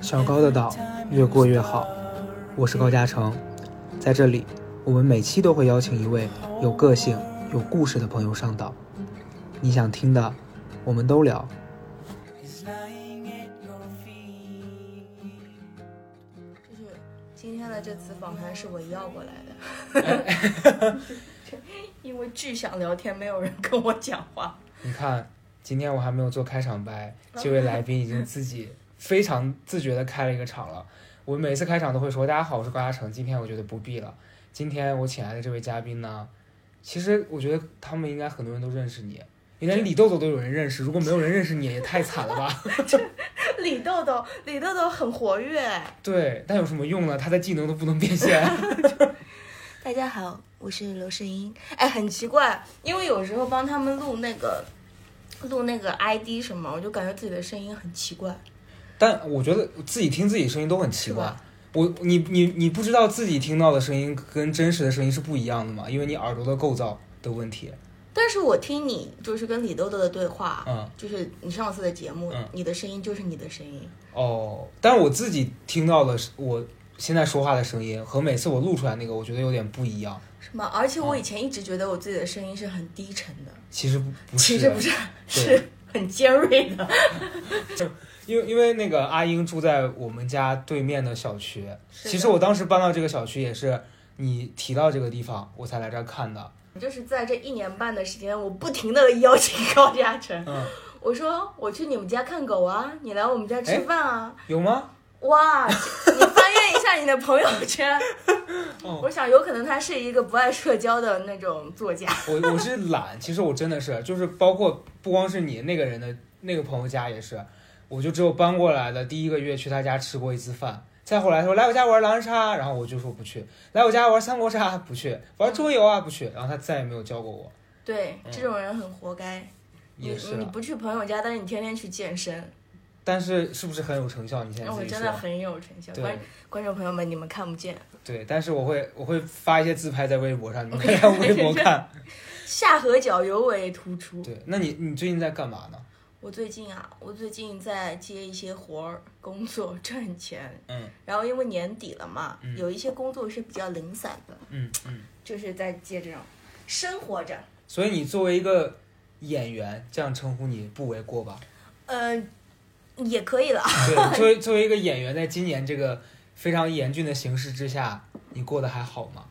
小高的岛，越过越好。我是高嘉诚，在这里，我们每期都会邀请一位有个性、有故事的朋友上岛。你想听的，我们都聊。 is lying at your feet. 就是今天的这次访谈是我要过来的， 因为巨想聊天，没有人跟我讲话。你看，今天我还没有做开场白，这位来宾已经自己非常自觉的开了一个场了。我每次开场都会说：“大家好，我是高嘉诚。”今天我觉得不必了。今天我请来的这位嘉宾呢，其实我觉得他们应该很多人都认识你，你连李豆豆都有人认识。如果没有人认识你，也太惨了吧？李豆豆，李豆豆很活跃。对，但有什么用呢？他的技能都不能变现。大家好，我是刘胜英。哎，很奇怪，因为有时候帮他们录那个录那个 ID 什么，我就感觉自己的声音很奇怪，但我觉得自己听自己声音都很奇是怪吧。？我你你你不知道自己听到的声音跟真实的声音是不一样的嘛？因为你耳朵的构造的问题。但是我听你就是跟李豆豆的对话，嗯，就是你上次的节目，嗯你的声音就是你的声音。哦，但是我自己听到的是我现在说话的声音和每次我录出来那个，我觉得有点不一样。是吗？而且我嗯以前一直觉得我自己的声音是很低沉的，其实不不是，其实不是，对是很尖锐的。因为因为那个阿英住在我们家对面的小区，是 的其实我当时搬到这个小区也是你提到这个地方，我才来这儿看的。就是在这一年半的时间，我不停的邀请高嘉诚， 嗯，我说我去你们家看狗啊，你来我们家吃哎饭啊，有吗？哇，你翻阅一下你的朋友圈。 哦我想有可能他是一个不爱社交的那种作家， 我我是懒，其实我真的是，就是包括不光是你那个人的那个朋友家也是，我就只有搬过来的第一个月去他家吃过一次饭，再后来说来我家玩狼人杀，然后我就说不去，来我家玩三国杀不去，玩桌游啊不去，然后他再也没有教过我，对嗯这种人很活该。你也是啊你了。不去朋友家，但是你天天去健身，但是是不是很有成效？你现在那我自己哦真的说，很有成效。对观观众朋友们，你们看不见，对，但是我会我会发一些自拍在微博上，你们可以来微博看。下颌角尤为突出。对，那你你最近在干嘛呢？我最近啊，我最近在接一些活儿，工作赚钱。嗯。然后因为年底了嘛，嗯有一些工作是比较零散的，嗯嗯，就是在接这种生活着。所以你作为一个演员，这样称呼你不为过吧？嗯、也可以了。对，作为作为一个演员，在今年这个非常严峻的形势之下，你过得还好吗？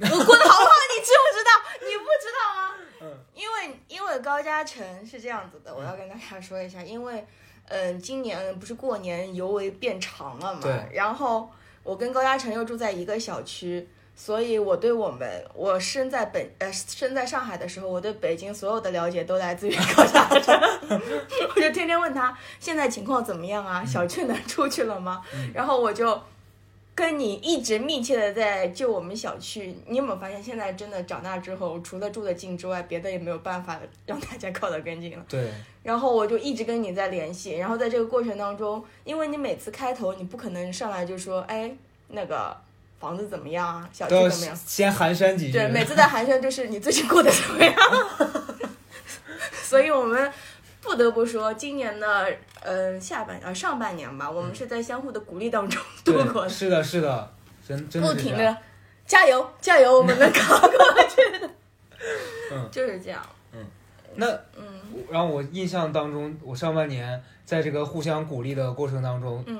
我过得好不好，你知不知道？你不知道吗？嗯，因为因为高嘉诚是这样子的，我要跟大家说一下，因为嗯、今年不是过年尤为变长了嘛，对然后我跟高嘉诚又住在一个小区。所以，我对我们，我身在北呃身在上海的时候，我对北京所有的了解都来自于高嘉诚。我就天天问他现在情况怎么样啊？小区能出去了吗？然后我就跟你一直密切的在就我们小区，你有没有发现现在真的长大之后，除了住得近之外，别的也没有办法让大家靠得更近了。对，然后我就一直跟你在联系，然后在这个过程当中，因为你每次开头你不可能上来就说，哎，那个房子怎么样啊，小都区要怎么样？先寒暄几句。对，每次的寒暄就是你最近过得怎么样？所以我们不得不说，今年的呃下半呃上半年吧，我们是在相互的鼓励当中度对过的，是的，是的，真真的不是这停样的加油加油，我们能扛过去的。 嗯就是这样。那嗯我然后我印象当中，我上半年在这个互相鼓励的过程当中，嗯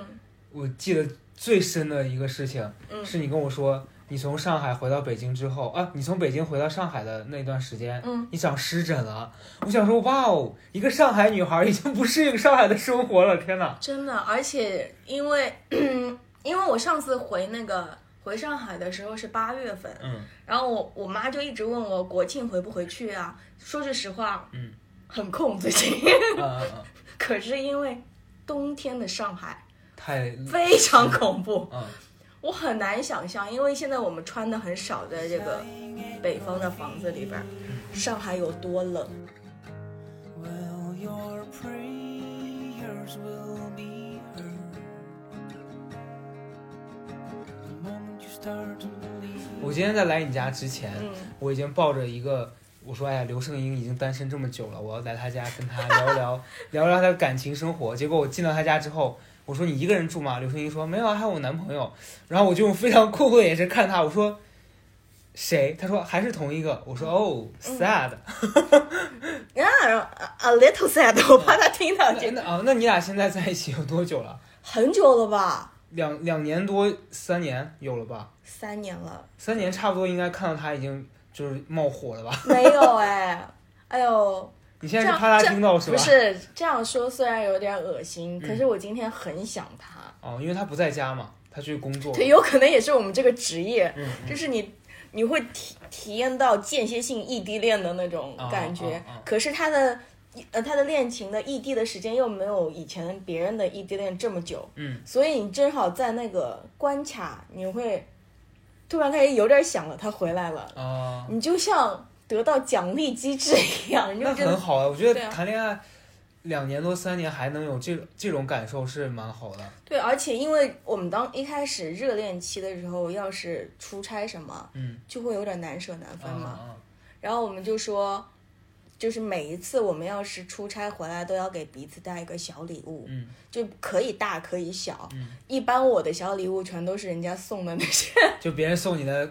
我记得最深的一个事情嗯是你跟我说，你从上海回到北京之后啊，你从北京回到上海的那段时间。嗯，你长湿疹了，我想说，哇哦，一个上海女孩已经不适应上海的生活了，天哪！真的，而且因为 因为我上次回那个回上海的时候是八月份，嗯，然后我我妈就一直问我国庆回不回去啊？说句实话，嗯，很空最近。 啊、嗯，可是因为冬天的上海太非常恐怖，嗯我很难想象，因为现在我们穿的很少，在这个北方的房子里边儿，嗯上海有多冷。 Well, your prayers will be heard. The moment you start to believe.，我今天在来你家之前，嗯，我已经抱着一个，我说哎呀，刘胜英已经单身这么久了，我要来他家跟他聊一聊，聊一聊他的感情生活。结果我进到他家之后，我说你一个人住吗？刘春英说没有啊，还有我男朋友。然后我就用非常困惑的眼神看他，我说谁？他说还是同一个。我说哦，sad。嗯 啊，a little sad，我 怕他听到这真个，的啊？那你俩现在在一起有多久了？很久了吧，两两年多，三年有了吧？三年 了，三年差不多应该看到他已经就是冒火了吧？没有哎，哎呦，你现在是怕他听到是吧嗯不？是这样说，虽然有点恶心，可是我今天很想他。哦，因为他不在家嘛，他去工作。对，有可能也是我们这个职业，哦嗯，嗯就是你你会体体验到间歇性异地恋的那种感觉。啊啊啊可是他的呃他的恋情的异地的时间又没有以前别人的异地恋这么久，嗯，所以你正好在那个关卡，你会突然开始有点想了，他回来了，啊、你就像得到奖励机制一样，你那就觉得很好啊！我觉对得啊谈恋爱两年多三年还能有这这种感受是蛮好的。对，而且因为我们当一开始热恋期的时候，要是出差什么，嗯，就会有点难舍难啊分嘛。啊然后我们就说，就是每一次我们要是出差回来，都要给彼此带一个小礼物，嗯就可以大可以小。嗯一般我的小礼物全都是人家送的那些， 啊，就别人送你的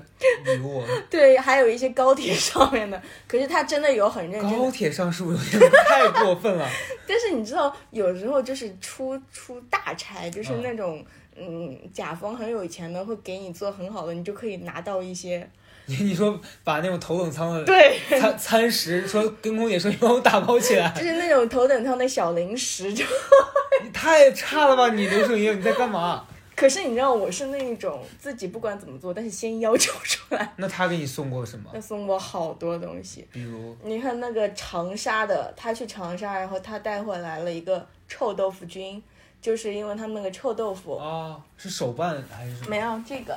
礼物，对，还有一些高铁上面的。可是他真的有很认真高的，铁上是不是有点太过分了？ 但是你知道，有时候就是出出大差，就是嗯那种。嗯，甲方很有钱的会给你做很好的，你就可以拿到一些你你说把那种头等舱的对， 餐餐食说跟空姐说你帮我打包起来，就是那种头等舱的小零食。就 你太差了吧你刘胜英你在干嘛？可是你知道我是那种自己不管怎么做，但是先要求出来。那他给你送过什么他？送我好多东西，比如你看那个长沙的，他去长沙，然后他带回来了一个臭豆腐菌，就是因为他们那个臭豆腐、哦，是手办还是什么没？有这个，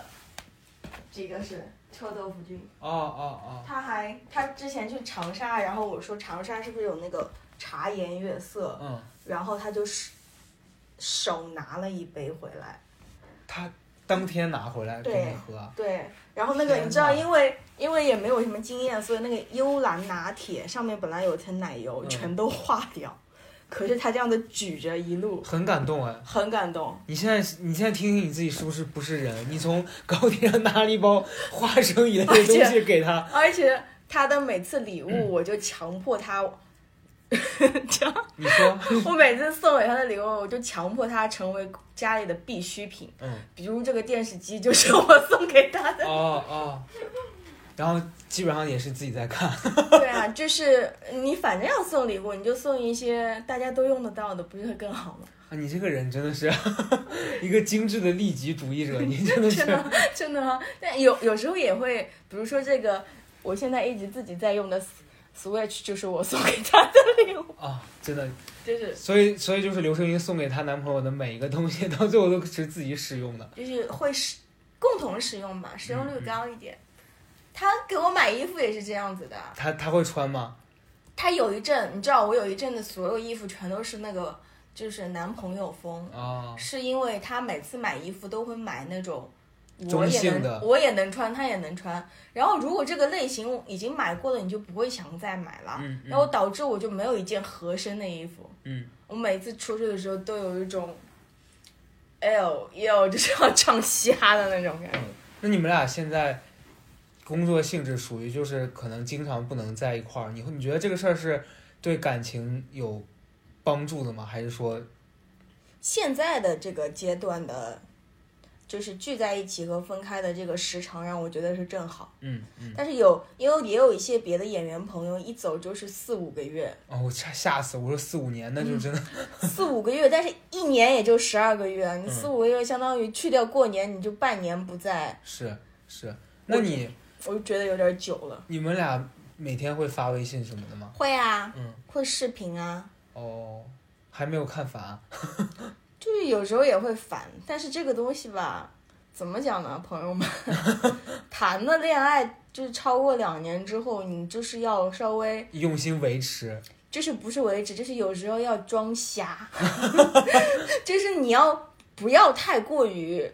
这个是臭豆腐菌。哦哦他还他之前去长沙，然后我说长沙是不是有那个茶颜悦色哦，，嗯，然后他就是手拿了一杯回来。他当天拿回来给你对喝啊，对，然后那个天你知道，哪因为因为也没有什么经验，所以那个幽兰拿铁上面本来有层奶油，嗯全都化掉。可是他这样子举着一路，很感动哎。很感动。你现在你现在听听你自己是不是不是人？你从高铁上拿了一包花生一类的东而西给他，而且他的每次礼物，我就强迫他， 这样，你说， 我每次送给他的礼物，我就强迫他成为家里的必需品。嗯，比如这个电视机就是我送给他的 哦。哦，然后基本上也是自己在看，对啊，就是你反正要送礼物，你就送一些大家都用得到的，不是会更好 吗？啊，你这个人真的是 一个精致的利己主义者，你真的是 真的真的啊，但有有时候也会，比如说这个，我现在一直自己在用的 Switch 就是我送给他的礼物，啊，真的，就是所以所以就是刘胜英送给她男朋友的每一个东西，到最后都是自己使用的。就是会使共同使用嗯嘛，使用率高一点。他给我买衣服也是这样子的，她她会穿吗？他有一阵，你知道我有一阵的所有衣服全都是那个就是男朋友风，啊、是因为他每次买衣服都会买那种。我中也性能，的我也能穿，他也能穿。然后，如果这个类型已经买过了，你就不会想再买了。嗯然后嗯导致啊我就没有一件合身的衣服。嗯，我每次出去的时候都有一种，L L 就是要唱 嘻哈的那种感觉。那你们俩现在工作性质属于就是可能经常不能在一块儿，你会你觉得这个事儿是对感情有帮助的吗？还是说现在的这个阶段的，就是聚在一起和分开的这个时长，让我觉得是正好。嗯嗯但是有，因为也有一些别的演员朋友一走就是四五个月， 哦，我吓吓死我！我说四五年，那嗯就真的、四五个月，但是一年也就十二个月，啊你嗯四五个月相当于去掉过年，你就半年不在，是是。那你我就觉得有点久了。你们俩每天会发微信什么的吗？会啊，嗯，会视频啊，哦，还没有看烦啊。就是有时候也会烦，但是这个东西吧，怎么讲呢，朋友们，谈了恋爱就是超过两年之后，你就是要稍微，用心维持，就是不是为止，就是有时候要 装瞎，就是你要不要太过于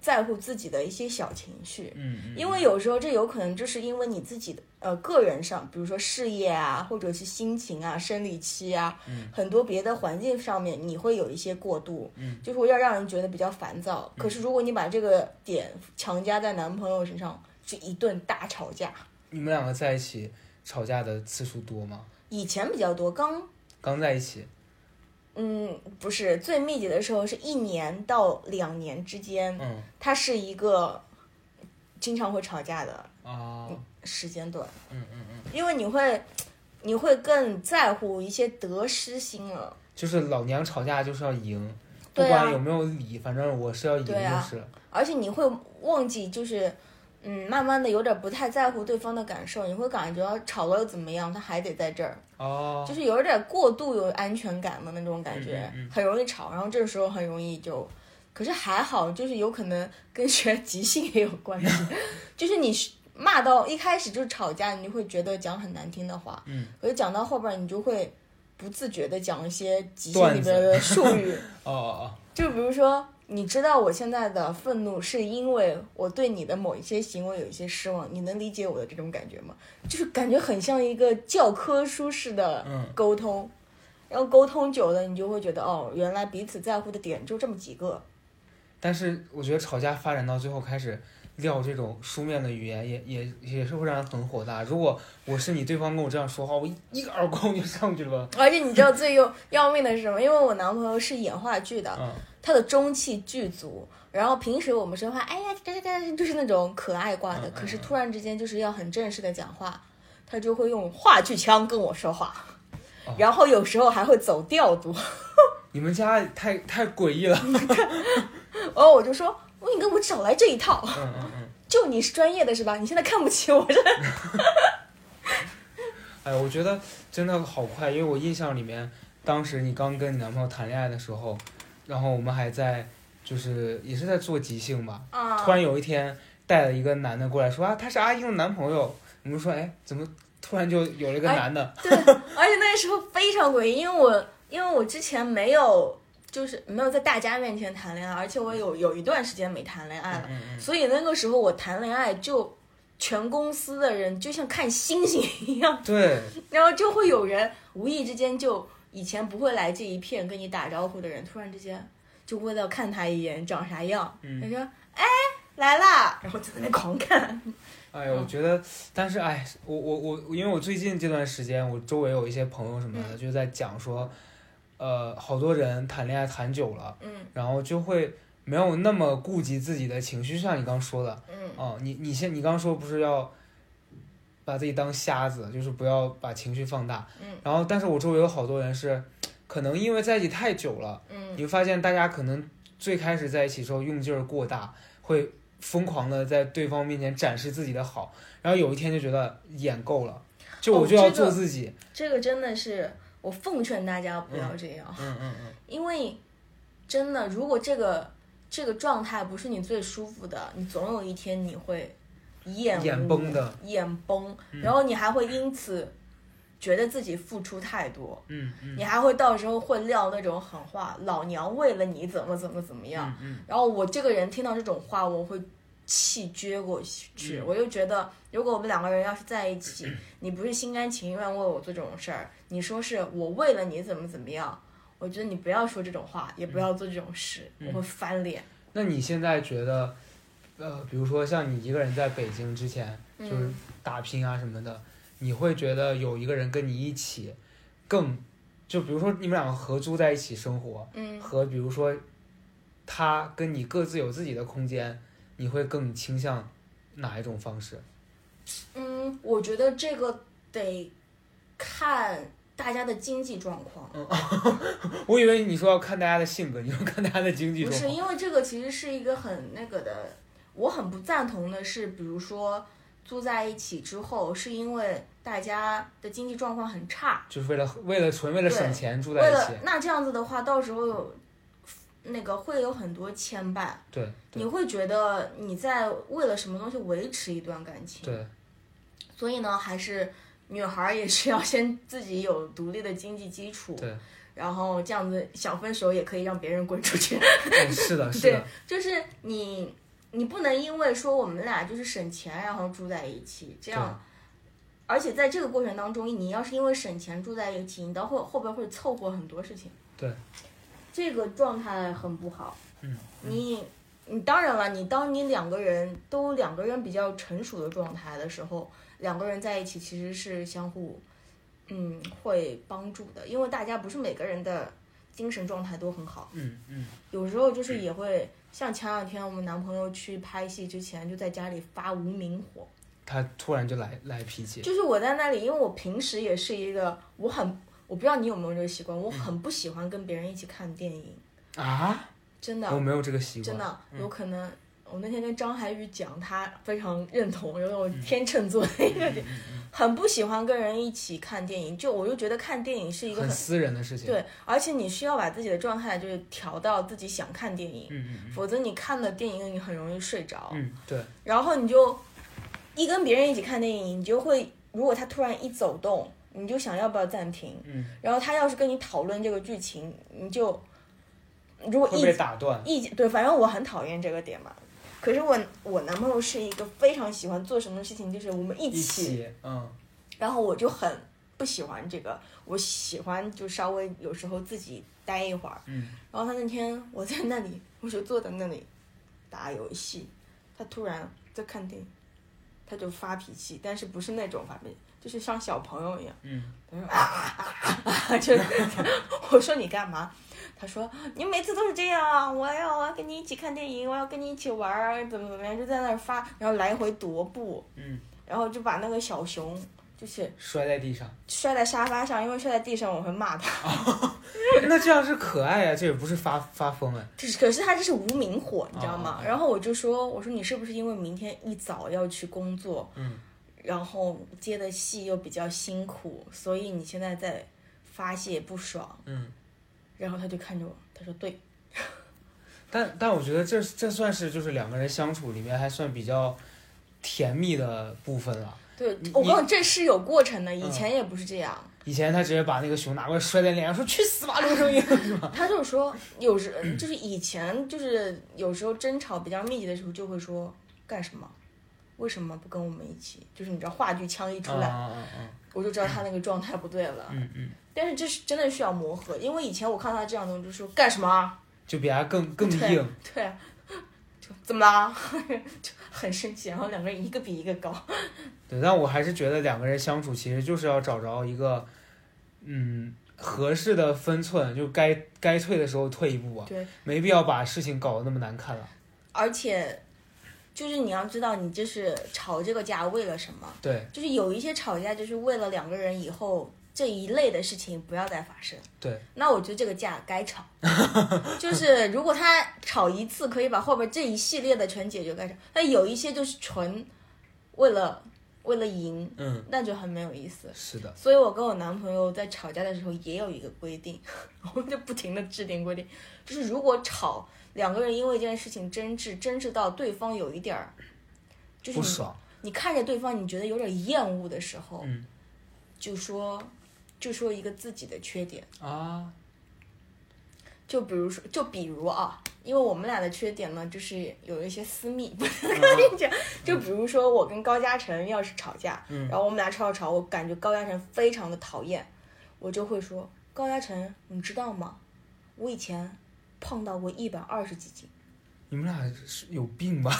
在乎自己的一些小情绪，嗯嗯，因为有时候这有可能就是因为你自己的呃个人上，比如说事业啊，或者是心情啊、生理期啊，嗯很多别的环境上面你会有一些过度，嗯就是会要让人觉得比较烦躁。可是如果你把这个点强加在男朋友身上，是一顿大吵架。你们两个在一起吵架的次数多吗？以前比较多，刚刚在一起，嗯不是最密集的时候是一年到两年之间，嗯它是一个经常会吵架的啊，时间段。嗯嗯嗯，因为你会，你会更在乎一些得失心了。就是老娘吵架就是要赢，不对啊管有没有理，反正我是要赢对啊就是。而且你会忘记，就是，嗯，慢慢的有点不太在乎对方的感受，你会感觉到吵了又怎么样，他还得在这儿，哦，就是有点过度有安全感的那种感觉嗯嗯嗯，很容易吵，然后这时候很容易就，可是还好，就是有可能跟学即兴也有 关系，就是你骂到一开始就吵架，你就会觉得讲很难听的话，嗯，可是讲到后边儿你就会不自觉的讲一些即兴段里子边 的术语。哦哦就比如说，你知道我现在的愤怒是因为我对你的某一些行为有一些失望，你能理解我的这种感觉吗？就是感觉很像一个教科书式哦，的嗯沟通，然后沟通久了，你就会觉得哦，原来彼此在乎的点就这么几个。 但是我觉得吵架发展到最后开始撂这种书面的语言也，也也是会让人很火大。如果我是你，对方跟我这样说话，我一一个耳光就上去了。而且你知道最又要命的是什么？因为我男朋友是演话剧的，嗯他的中气巨足。然后平时我们说话，哎呀，哒哒哒，就是那种可爱挂的嗯嗯。可是嗯突然之间就是要很正式的讲话，他就会用话剧腔跟我说话哦，然后有时候还会走调度。 你们家太太诡异了。然后我就说，我你给我少来这一套，嗯嗯嗯。就你是专业的是吧？你现在看不起我这，哎，我觉得真的好快，因为我印象里面，当时你刚跟你男朋友谈恋爱的时候，然后我们还在就是也是在做即兴吧，啊突然有一天带了一个男的过来说啊，他是阿英的男朋友，我们说哎，怎么突然就有了一个哎男的？而且那时候非常诡异，因为我因为我之前没有就是没有在大家面前谈恋爱，而且我有有一段时间没谈恋爱了，嗯嗯所以那个时候我谈恋爱就全公司的人就像看星星一样，嗯，对，然后就会有人无意之间就以前不会来这一片跟你打招呼的人，突然之间就为了看他一眼长啥样，他嗯，说哎来啦，然后就在那狂看，哎呀，我觉得，但是哎，我我我，因为我最近这段时间，我周围有一些朋友什么的，嗯就在讲说，呃，好多人谈恋爱谈久了。嗯然后就会没有那么顾及自己的情绪，就像你刚说的，嗯哦，你你先你刚说不是要把自己当瞎子，就是不要把情绪放大，嗯然后但是我周围有好多人是，可能因为在一起太久了，嗯你会发现大家可能最开始在一起的时候用劲儿过大，会疯狂的在对方面前展示自己的好，然后有一天就觉得演够了，就哦我就要这个做自己，这个真的是我奉劝大家不要这样。嗯嗯嗯，因为真的，如果这个这个状态不是你最舒服的，你总有一天你会眼眼眼崩的，眼崩，嗯然后你还会因此觉得自己付出太多，嗯嗯你还会到时候会撂那种狠话，老娘为了你怎么怎么怎么样。嗯嗯，然后我这个人听到这种话，我会气撅过去。嗯我就觉得，如果我们两个人要是在一 起，你不是心甘情愿为我做这种事儿，你说是我为了你怎么怎么样，我觉得你不要说这种话，也不要做这种事，嗯我会翻脸。那你现在觉得，呃，比如说像你一个人在北京之前，就是嗯，打拼啊什么的，你会觉得有一个人跟你一起更，就比如说你们两个合租在一起生活，嗯，和比如说他跟你各自有自己的空间，你会更倾向哪一种方式？嗯，我觉得这个得看大家的经济状况。我以为你说要看大家的性格，你说看大家的经济不状是，况。因为这个其实是一个很那个的，我很不赞同的是，比如说住在一起之后，是因为大家的经济状况很差，就是为了为了纯为了省钱住在为一了起，那这样子的话，到时候有那个会有很多牵绊，对你对会觉得你在为了什么东西维持一段感情，对，所以呢，还是女孩儿也是要先自己有独立的经济基础，对，然后哦这样子想分手也可以让别人滚出去。 嗯是的，是的，就是你你不能因为说我们俩就是省钱，然后住在一起，这样。而且在这个过程当中，你要是因为省钱住在一起，你到后后边会凑合很多事情。对，这个状态很不好。嗯，你你当然了，你当你两个人都两个人比较成熟的状态的时候，两个人在一起其实是相互，嗯，会帮助的，因为大家不是每个人的精神状态都很好。嗯嗯，有时候就是也会像前两天我们男朋友去拍戏之前就在家里发无名火，他突然就来来脾气，就是我在那里，因为我平时也是一个我很我不知道你有没有这个习惯，我嗯很不喜欢跟别人一起看电影，啊，真我的没有这个习真惯，嗯的有可能。我那天跟张涵予讲，他非常认同，有嗯种天秤座的一个点， 很不喜欢跟人一起看电影。就我就觉得看电影是一个很很私人的事情。，对，而且你需要把自己的状态就是调到自己想看电影，嗯嗯否则你看了电影你很容易睡着，嗯，对，然后你就一跟别人一起看电影，你就会如果他突然一走动，你就想要不要暂停，嗯，然后他要是跟你讨论这个剧情，你就如果会一被打断。意见对，反正我很讨厌这个点嘛。可是我我男朋友是一个非常喜欢做什么事情，就是我们一一起，起，嗯，然后我就很不喜欢这个，我喜欢就稍微有时候自己待一会儿。嗯。然后他那天我在那里，我就坐在那里打游戏，他突然在看电影，他就发脾气，但是不是那种发脾气，就是像小朋友一样。嗯，他说啊啊啊啊！就我说你干嘛？他说你每次都是这样啊！我要我要跟你一起看电影，我要跟你一起玩儿，怎么怎么样，就在那儿发，然后来回踱步，嗯，然后就把那个小熊就是摔在地上， 摔在沙发上，因为摔在地上我会骂他。那这样是可爱啊呀、这也不是发发疯哎。可是可是他这是无名火，你知道吗哦？然后我就说，我说你是不是因为明天一早要去工作，嗯，然后接的戏又比较辛苦，所以你现在在发泄不爽？嗯，然后他就看着我，他说对，但但我觉得这这算是就是两个人相处里面还算比较甜蜜的部分了。对你我告诉你，这是有过程的，以嗯前也不是这样。以前他直接把那个熊拿过来摔在脸上，说去死吧，刘声英，是吧？他就是说，有时 就是以前就是有时候争吵比较密集的时候，就会说干什么。为什么不跟我们一起？就是你知道话剧腔一出来，嗯嗯我就知道他那个状态不对了。嗯嗯，但是这是真的需要磨合，因为以前我看到他这样的，我就说干什么啊？ 就比他更更对硬。对啊，就怎么啦？ 就很生气，然后两个人一个比一个高。对，但我还是觉得两个人相处其实就是要找着一个，嗯，合适的分寸，就该该退的时候退一步吧。啊对，没必要把事情搞得那么难看了。而且，就是你要知道，你这是吵这个架为了什么？对就是有一些吵架就是为了两个人以后这一类的事情不要再发生。对，那我觉得这个架该吵，就是如果他吵一次，可以把后边这一系列的全解决该吵。但有一些就是纯为了为了赢，嗯， 那就很没有意思。是的，所以我跟我男朋友在吵架的时候也有一个规定， 我们就不停的制定规定，就是如果吵两个人因为一件事情争执，争执到对方有一点儿，就是不你爽。你看着对方你觉得有点厌恶的时候，嗯就说就说一个自己的缺点，啊，就比如说就比如啊，因为我们俩的缺点呢，就是有一些私密，不是啊跟你讲，就比如说我跟高嘉诚要是吵架，嗯然后我们俩吵吵吵，我感觉高嘉诚非常的讨厌，我就会说高嘉诚，你知道吗？我以前胖到过一百二十 几斤。你们俩是有病吧？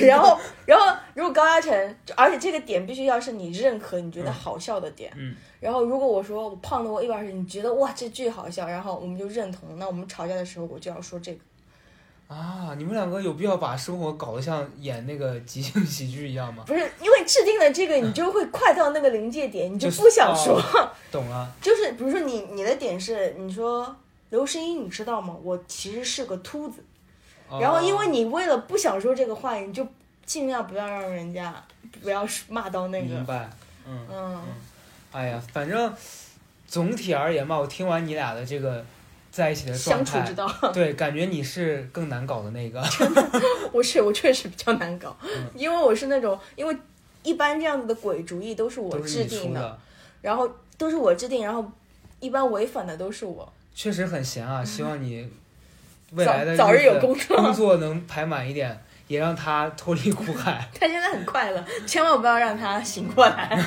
然后，然后如果高嘉诚，就而且这个点必须要是你认可、你觉得好笑的点。嗯。然后，如果我说我胖了我一百二十，你觉得哇这巨好笑，然后我们就认同。那我们吵架的时候，我就要说这个。啊，你们两个有必要把生活搞得像演那个即兴喜剧一样吗？不是因为制定了这个，你就会快到那个临界点，你就不想说。哦 懂了，就是比如说你你的点是你说刘诗音，你知道吗？我其实是个秃子。哦 然后因为你为了不想说这个话，你就尽量不要让人家不要骂到那明个。白，嗯，嗯。哎呀，反正总体而言吧，我听完你俩的这个在一起的状相处态之，道。 对，感觉你是更难搞的那个，我是我确实比较难搞，嗯因为我是那种，因为一般这样子的鬼主意都是我都是制你定出的，的，然后都是我制定，然后一般违反的都是我。确实很闲啊，希望你未来早的嗯嗯早日有工工作，作能排满一点，也让他脱离苦 海。他现在很快乐，千万不要让他醒过来。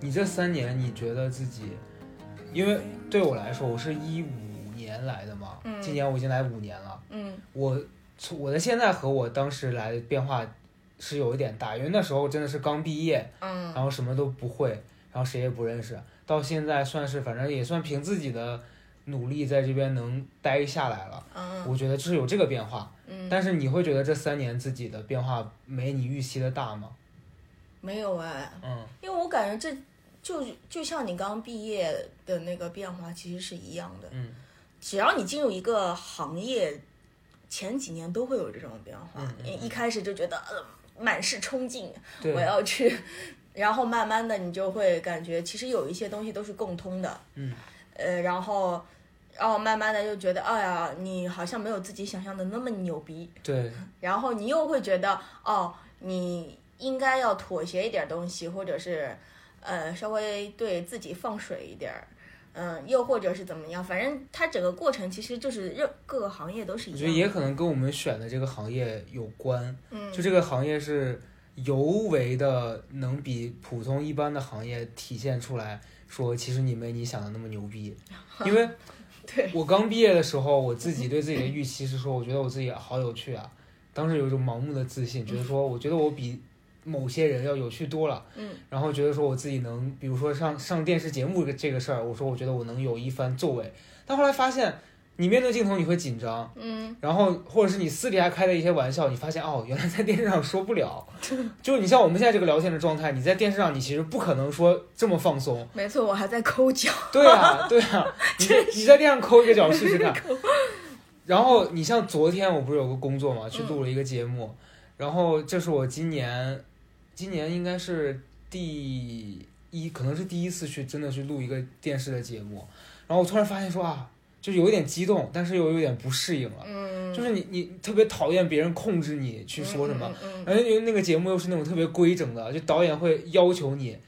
你这三年，你觉得自己，因为对我来说，我是一五年来的嘛，嗯今年我已经来五年了。嗯我从我的现在和我当时来的变化是有一点大，因为那时候真的是刚毕业，嗯然后什么都不会，然后谁也不认识，到现在算是反正也算凭自己的努力在这边能待下来了。嗯我觉得就是有这个变化，嗯，但是你会觉得这三年自己的变化没你预期的大吗？没有哎，嗯，因为我感觉这就就像你刚毕业的那个变化其实是一样的。嗯，只要你进入一个行业，前几年都会有这种变化。嗯嗯一一开始就觉得呃满是冲劲，对我，要去， 然后慢慢的你就会感觉其实有一些东西都是共通的。嗯，呃，然后。然后慢慢的就觉得，哎呀，你好像没有自己想象的那么牛逼，对，然后你又会觉得，哦，你应该要妥协一点东西，或者是，呃，稍微对自己放水一点儿，嗯、又或者是怎么样，反正它整个过程其实就是任各个行业都是我一觉得样的。也可能跟我们选的这个行业有关，嗯，就这个行业是尤为的能比普通一般的行业体现出来，说其实你没你想的那么牛 逼，因为对，我刚毕业的时候，我自己对自己的预期是说，我觉得我自己好有趣啊，当时有一种盲目的自信，觉得说我觉得我比某些人要有趣多了，嗯，然后觉得说我自己能，比如说上上电视节目这个这个事儿，我说我觉得我能有一番作为，但后来发现你面对镜头你会紧张。嗯然后或者是你私底下开的一些玩笑，你发现哦，原来在电视上说不了。就是你像我们现在这个聊天的状态，你在电视上你其实不可能说这么放 松。没错，我还在 抠脚，对啊，对啊，你在你在地上抠一个脚试试看。 然后你像昨天我不是有个工作嘛，去录了一个节目，然后这是我今年，今年应该是第一，可能是第一次去真的去录一个电视的节目，然后我突然发现说啊，就有一点激动，但是又有点不适应了。嗯，就是你你特别讨厌别人控制你去说什么，哎嗯，嗯嗯而且因为那个节目又是那种特别规整的，就导演会要求你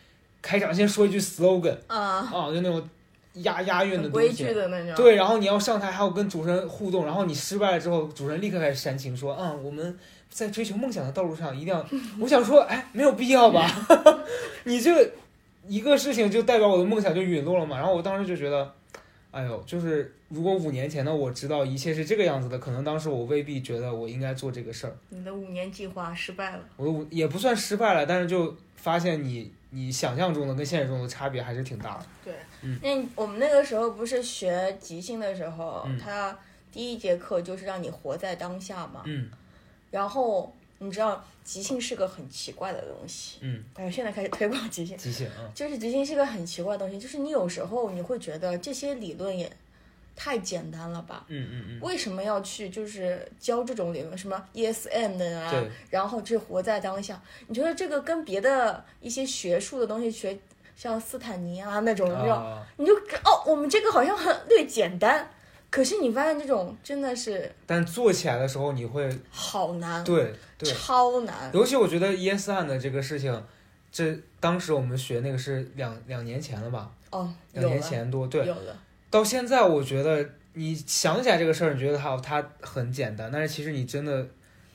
开场先说一句 slogan 嗯啊，啊，就那种押押韵的很东规矩西。的那种，，对，然后你要上台，还要跟主持人互动，然后你失败了之后，主持人立刻开始煽情说：“嗯，我们在追求梦想的道路上一定要……” 我想说，哎，没有必要吧？ 你这个一个事情就代表我的梦想就陨落了嘛？然后我当时就觉得，哎呦，就是如果五年前的我知道一切是这个样子的，可能当时我未必觉得我应该做这个事儿，你的五年计划失败了，我我也不算失败了，但是就发现你你想象中的跟现实中的差别还是挺大的。对，嗯那我们那个时候不是学即兴的时候，嗯他第一节课就是让你活在当下嘛，嗯然后你知道即兴是个很奇怪的东西，嗯，哎，现在开始推广即兴，极限啊，就是即兴是个很奇怪的东西，就是你有时候你会觉得这些理论也太简单了吧。嗯嗯嗯，为什么要去就是教这种理论，什么 yes and 啊，对，然后去活在当下？你觉得这个跟别的一些学术的东西学，像斯坦尼啊那种，你知道，啊你就哦，我们这个好像很略简单，可是你发现这种真的是但做起来的时候你会好难，对对，超难，尤其我觉得 yes and 的这个事情，这当时我们学那个是两两年前了吧，哦，两有年了，前多，对，有了，到现在我觉得你想起来这个事儿，你觉得它它很简单，但是其实你真的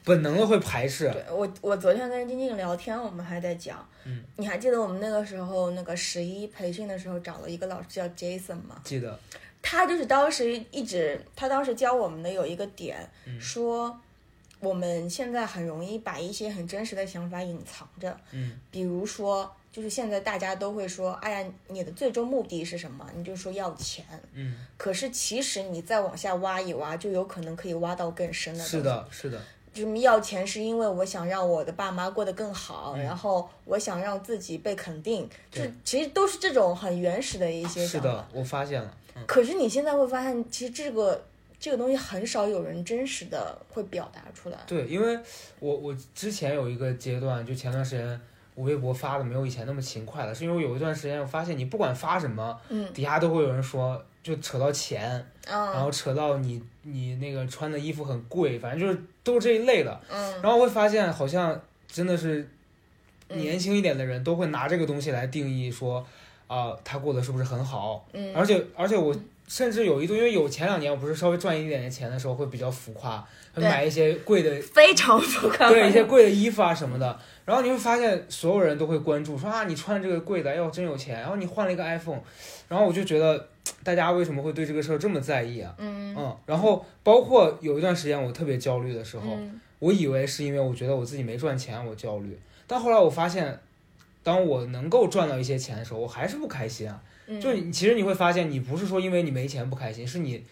本能的会排斥，对我，我昨天跟晶晶聊天，我们还在讲，嗯，你还记得我们那个时候那个十一培训的时候找了一个老师叫 Jason 吗？记得，他就是当时一直，他当时教我们的有一个点，嗯说我们现在很容易把一些很真实的想法隐藏着，嗯比如说，就是现在大家都会说，哎呀，你的最终目的是什么？你就说要钱。嗯，可是其实你再往下挖一挖，就有可能可以挖到更深的。嗯是，的，是的，就是要钱是因为我想让我的爸妈过得更好，嗯然后我想让自己被肯定，就对其实都是这种很原始的一些是想法的。，我发现了，嗯，可是你现在会发现，其实这个这个东西很少有人真实的会表达出来。对，因为我我之前有一个阶段，就前段时间。我微博发的没有以前那么勤快了，是因为我有一段时间我发现你不管发什么，嗯底下都会有人说，就扯到钱，然啊后扯到你你那个穿的衣服很贵，反正就是都是这一类的。嗯，然后会发现好像真的是嗯年轻一点的人都会拿这个东西来定义说。啊、他过得是不是很好？嗯，而且而且我甚至有一度，因为有前两年我不是稍微赚一点点钱的时候会比较浮夸，会对买一些贵的非常不 可对一些贵的衣服啊什么的。然后你会发现，所有人都会关注，说啊，你穿这个贵的，哎呦，真有钱。然后你换了一个 iPhone，然后我就觉得大家为什么会对这个事儿这么在意啊？嗯嗯，然后包括有一段时间我特别焦虑的时候，嗯我以为是因为我觉得我自己没赚钱，我焦虑。但后来我发现，当我能够赚到一些钱的时候，我还是不开心啊。嗯，就你其实你会发现，你不是说因为你没钱不开心，是你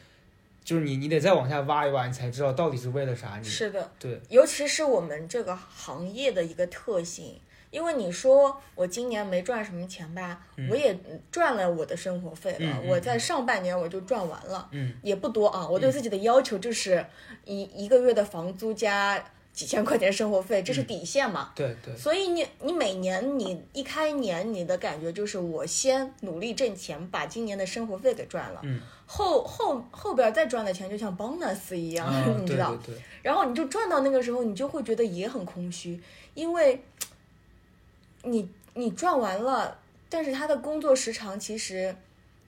就是你你得再往下挖一挖，你才知道到底是为了啥你。是的，对，尤其是我们这个行业的一个特性，因为你说我今年没赚什么钱吧，嗯我也赚了我的生活费了，嗯嗯我在上半年我就赚完了，嗯，也不多啊，我对自己的要求就是一、一个月的房租加几千块钱生活费，这是底线嘛。对嗯对，所以你你每年你一开年你的感觉就是我先努力挣钱，把今年的生活费给赚了，嗯后后后边再赚的钱就像 bonus 一样，啊， 你对知道对？对，然后你就赚到那个时候，你就会觉得也很空虚，因为你你赚完了，但是他的工作时长其实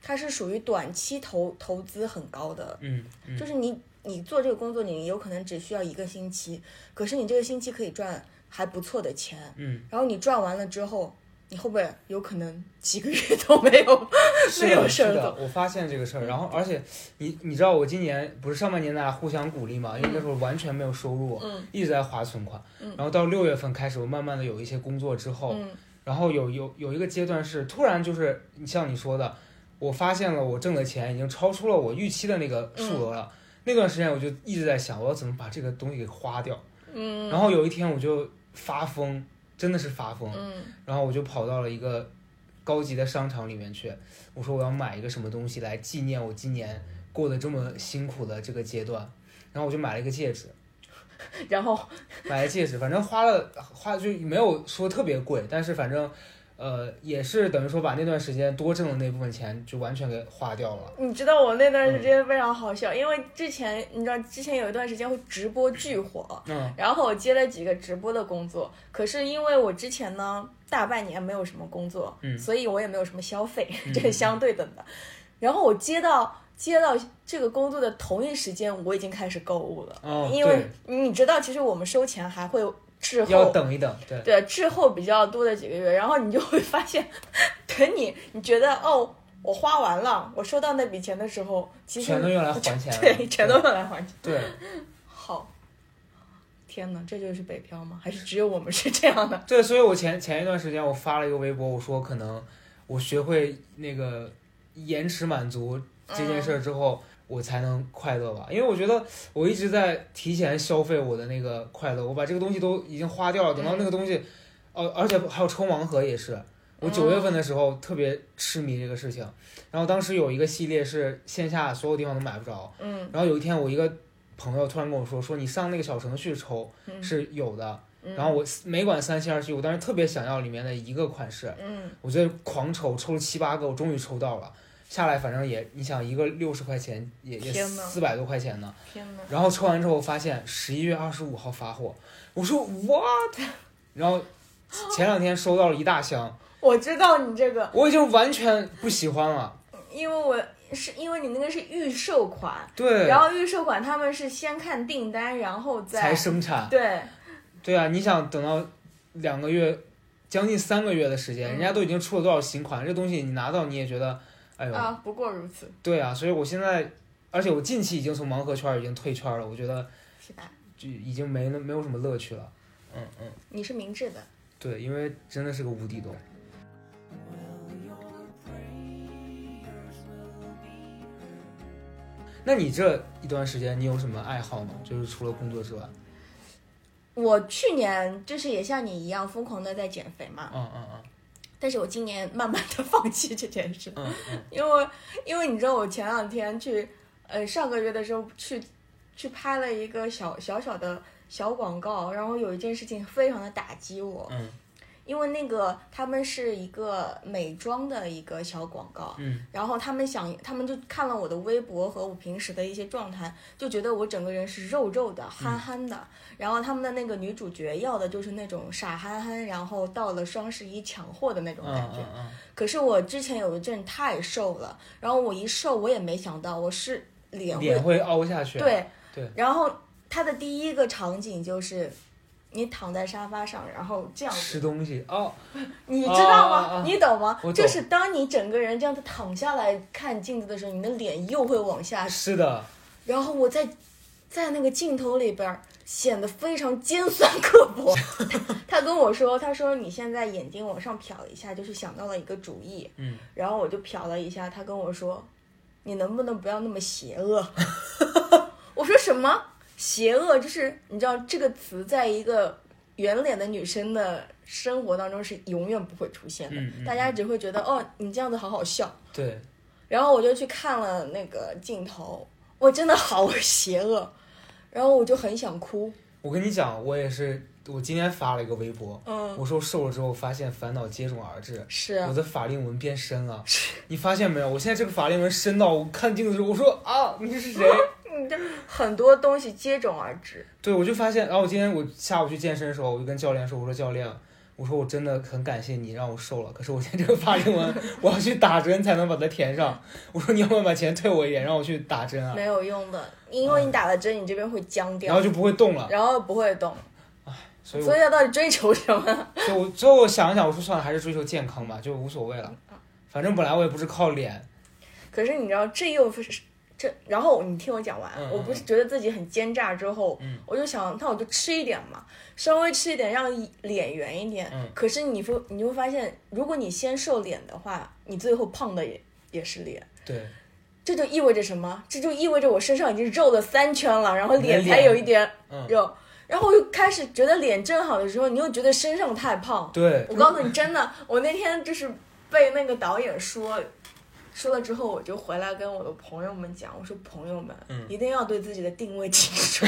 它是属于短期投投资很高的，嗯嗯，就是你你做这个工作，你有可能只需要一个星期，可是你这个星期可以赚还不错的钱， 嗯，然后你赚完了之后，你后边有可能几个月 都没有是没有的，事是儿的做，，嗯我发现这个事儿，然后而且你你知道我今年不是上半年大家互相鼓励嘛，因为那时候完全没有收入，嗯一直在划存款，嗯然后到六月份开始，我慢慢的有一些工作之后，嗯然后有有有一个阶段是突然就是像你说的，我发现了我挣的钱已经超出了我预期的那个数额嗯了，那段时间我就一直在想我要怎么把这个东西给花掉，嗯然后有一天我就发疯，真的是发疯，嗯然后我就跑到了一个高级的商场里面去，我说我要买一个什么东西来纪念我今年过得这么辛苦的这个阶段，然后我就买了一个戒指，然后买了戒指，反正花了花就没有说特别贵，但是反正呃也是等于说把那段时间多挣的那部分钱就完全给花掉了。你知道我那段时间非常好笑，因为之前你知道之前有一段时间会直播巨火，嗯然后我接了几个直播的工作，可是因为我之前呢大半年没有什么工作，嗯所以我也没有什么消费，嗯这是相对等的。然后我接到接到这个工作的同一时间，我已经开始购物了，哦，因为你知道，其实我们收钱还会滞对，要后。等一等，对，对，滞后比较多的几个月，然后你就会发现， 等你你觉得哦，我花完了，我收到那笔钱的时候，其实全都用来还钱了， 对，全都用来还钱。对，好，天哪，这就是北漂吗？还是只有我们是这样的？ 对，所以我前前一段时间我发了一个微博，我说可能我学会那个延迟满足这件嗯事儿之后，我才能快乐吧。因为我觉得我一直在提前消费我的那个快乐，我把这个东西都已经花掉了，等到那个东西，嗯哦、而且还有抽盲盒也是。我九月份的时候特别痴迷这个事情，然后当时有一个系列是线下所有地方都买不着，嗯然后有一天我一个朋友突然跟我说，说你上那个小程序抽嗯是有的，嗯然后我每管三七二十一，我当时特别想要里面的一个款式，嗯我就狂抽，抽了七八个，我终于抽到了。下来反正也，你想一个六十块钱，也也天哪四百多块钱呢。天哪，然后抽完之后发现十一月二十五号发货，我说 what？然后前两天收到了一大箱，我知道你这个，我已经完全不喜欢了。因为我是因为你那个是预售款，对，然后预售款他们是先看订单，然后才再生产。对，对啊，你想等到两个月，将近三个月的时间，嗯人家都已经出了多少新款，这东西你拿到你也觉得，哎呦，啊，不过如此，对啊，所以我现在，而且我近期已经从盲盒圈儿已经退圈儿了，我觉得是吧？就已经没那没有什么乐趣了。嗯嗯，你是明智的，对，因为真的是个无底洞。那你这一段时间你有什么爱好吗？就是除了工作之外，我去年就是也像你一样疯狂的在减肥嘛，嗯嗯嗯但是我今年慢慢的 放弃这件事，嗯嗯，因为因为你知道我前两天去，呃上个月的时候去去拍了一个小小小的小广告，然后有一件事情非常的打击我，嗯因为那个他们是一个美妆的一个小广告，嗯，然后他们想，他们就看了我的微博和我平时的一些状态，就觉得我整个人是肉肉的、嗯憨憨的。然后他们的那个女主角要的就是那种傻憨憨，然后到了双十一抢货的那种嗯感觉。嗯嗯，可是我之前有一阵太瘦了，然后我一瘦，我也没想到我是脸会脸会凹下去，，啊对对然后他的第一个场景就是。你躺在沙发上，然后这样子，吃东西哦，你知道吗？啊啊啊你懂吗？我懂就是当你整个人这样子躺下来看镜子的时候，你的脸又会往下是的，然后我在在那个镜头里边儿显得非常尖酸刻薄。 他他跟我说，他说你现在眼睛往上瞟一下，就是想到了一个主意。嗯，然后我就瞟了一下，他跟我说，你能不能不要那么邪恶？ 我说什么邪恶？就是你知道这个词，在一个圆脸的女生的生活当中是永远不会出现的，嗯嗯大家只会觉得哦，你这样子好好笑。对，然后我就去看了那个镜头，我真的好邪恶，然后我就很想哭，我跟你讲，我也是，我今天发了一个微博，嗯，我说瘦了之后发现烦恼接踵而至，是啊我的法令纹变深 了，你发现没有？我现在这个法令纹深到我看镜子的时候，我说啊，你是谁？你这很多东西接踵而至， 对，我就发现，然后我今天我下午去健身的时候，我就跟教练说，我说教练，我说我真的很感谢你让我瘦了，可是我现在这个法令纹， 我要去打针才能把它填上。我说你要不要把钱退我一点，让我去打针 啊？没有用的，因为你打了针，你这边会僵嗯然后掉，就不会动了。然后不会动，所以我，所以要到底追求什么？ 所以我最后我想一想，我说算了，还是追求健康吧，就无所谓了。反正本来我也不是靠脸，可是你知道，这又不是这，然后你听我讲完，嗯嗯我不是觉得自己很奸诈之后，嗯我就想，那我就吃一点嘛，稍微吃一点，让脸圆一点。嗯可是你会你会发现，如果你先瘦脸的话，你最后胖的也也是脸。对，这就意味着什么？这就意味着我身上已经肉了三圈了，然后你的脸才脸有一点嗯， 肉。然后我又开始觉得脸正好的时候，你又觉得身上太胖，对，我告诉你，真的，我那天就是被那个导演说，说了之后，我就回来跟我的朋友们讲，我说朋友们，嗯一定要对自己的定位清 楚，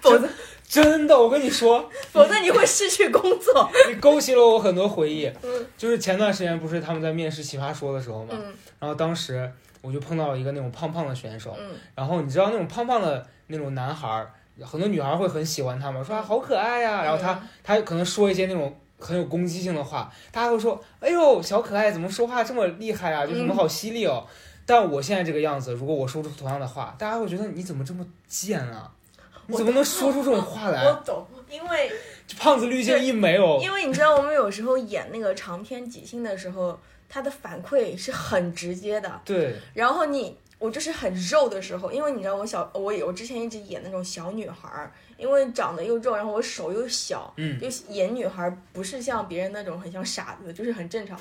否则真的，我跟你说，否则你会失去工作。 你勾起了我很多回忆。嗯就是前段时间不是他们在面试《奇葩说》的时候嘛，嗯然后当时我就碰到了一个那种胖胖的选手，嗯，然后你知道那种胖胖的那种男孩儿，很多女孩儿会很喜欢他嘛，说啊好可爱呀、然后他嗯他可能说一些那种很有攻击性的话，大家会说，哎呦小可爱怎么说话这么厉害啊，就嗯什么好犀利哦。但我现在这个样子，如果我说出同样的话，大家会觉得你怎么这么贱啊？你怎么能说出这种话来？哦我懂，因为这胖子滤镜一没有，因为你知道，我们有时候演那个长篇即兴的时候，他的反馈是很直接的，对，然后你我就是很肉的时候，因为你知道我小我我之前一直演那种小女孩儿，因为长得又肉，然后我手又小，嗯就演女孩儿不是像别人那种很像傻子，就是 很正常。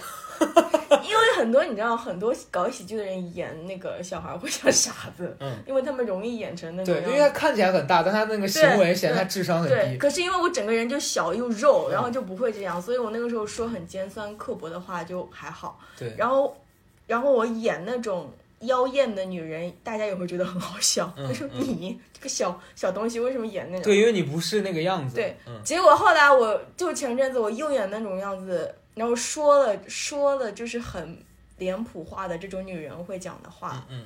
因为很多你知道，很多搞喜剧的人演那个小孩儿会像傻子，嗯，因为他们容易演成那种对，样因子。为他看起来很大，但他那个行为显得他智商很对，低。可是因为我整个人就小又肉，嗯然后就不会这样，所以我那个时候说很尖酸刻薄的话就还好。对，然后，然后我演那种妖艳的女人，大家也会觉得很好笑。嗯他说你这个小小东西为什么演那种？对，因为你不是那个样子。对嗯，结果后来我就前阵子我又演那种样子，然后说了说了就是很脸谱化的这种女人会讲的话，嗯，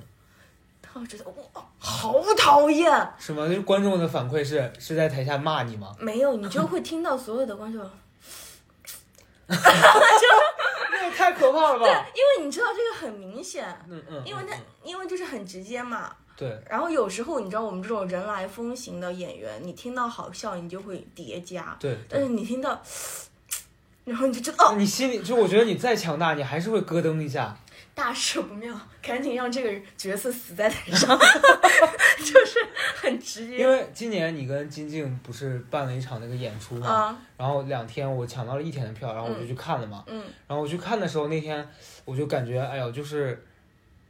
然后我觉得哇，好讨厌。什么？就是观众的反馈是是在台下骂你吗？没有，你就会听到所有的观众，那也太可怕了吧！因为你知道这个很明显，嗯嗯，因为他嗯因为就是很直接嘛，对然后有时候你知道我们这种人来疯型的演员，你听到好笑你就会叠加，对但对，是你听到， 然后你就知道哦，那你心里就我觉得你再强大，你还是会咯噔一下。大事不妙，赶紧让这个角色死在台上， 就是很直因接为今年你跟金靖不是办了一场那个演出嘛，啊，然后两天我抢到了一天的票，然后我就去看了嘛。嗯然后我去看的时候，那天我就感觉，哎呦，就是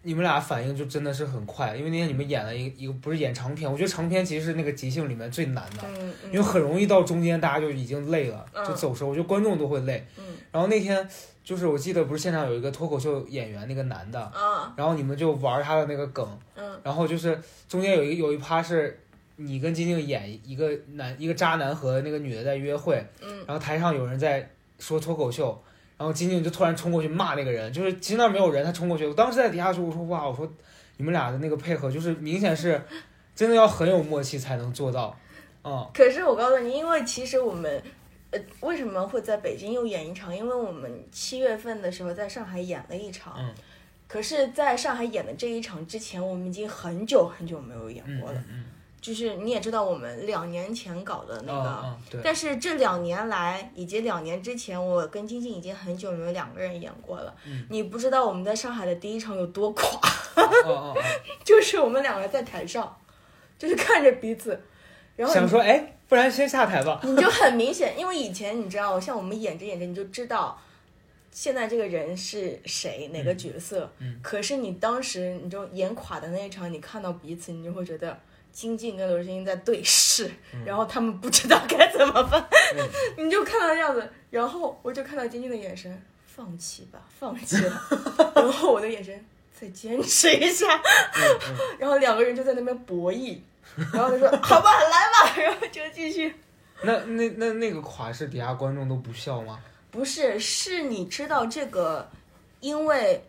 你们俩反应就真的是很快，因为那天你们演了一个一个不是演长篇，我觉得长篇其实是那个即兴里面最难的，嗯嗯因为很容易到中间大家就已经累了，嗯就走神，我觉得观众都会累。嗯然后那天就是我记得不是现场有一个脱口秀演员那个男的，啊然后你们就玩他的那个梗，嗯然后就是中间有一有一趴是你跟金靖演一个男一个渣男和那个女的在约会，嗯然后台上有人在说脱口秀，然后金靖就突然冲过去骂那个人，就是其实那儿没有人，他冲过去，我当时在底下说，我说哇，我说你们俩的那个配合，就是明显是真的要很有默契才能做到，嗯，可是我告诉你，因为其实我们，呃，为什么会在北京又演一场？因为我们七月份的时候在上海演了一场，嗯可是在上海演的这一场之前，我们已经很久很久没有演嗯过了。嗯嗯，就是你也知道，我们两年前搞的那个。嗯嗯 对，但是这两年来，以及两年之前，我跟晶晶已经很久没有两个人演过了。嗯你不知道我们在上海的第一场有多垮，嗯嗯 就是我们两个在台上，就是看着彼此，然嗯，后想你说哎，不然先下台吧，你就很明显，因为以前你知道，像我们演着演着，你就知道现在这个人是谁，哪个角色。嗯可是你当时你就演垮的那一场，你看到彼此，你就会觉得金靖跟刘诗欣在对视，然后他们不知道该怎么办，嗯 你就看到这样子，然后我就看到金靖的眼神，放弃吧，放弃 吧，然后我的眼神。再坚持一下，嗯嗯。 然后两个人就在那边博弈，然后就说 好吧，来吧，然后就继续那那那那个垮是底下观众都不笑吗？不是，是你知道这个，因为，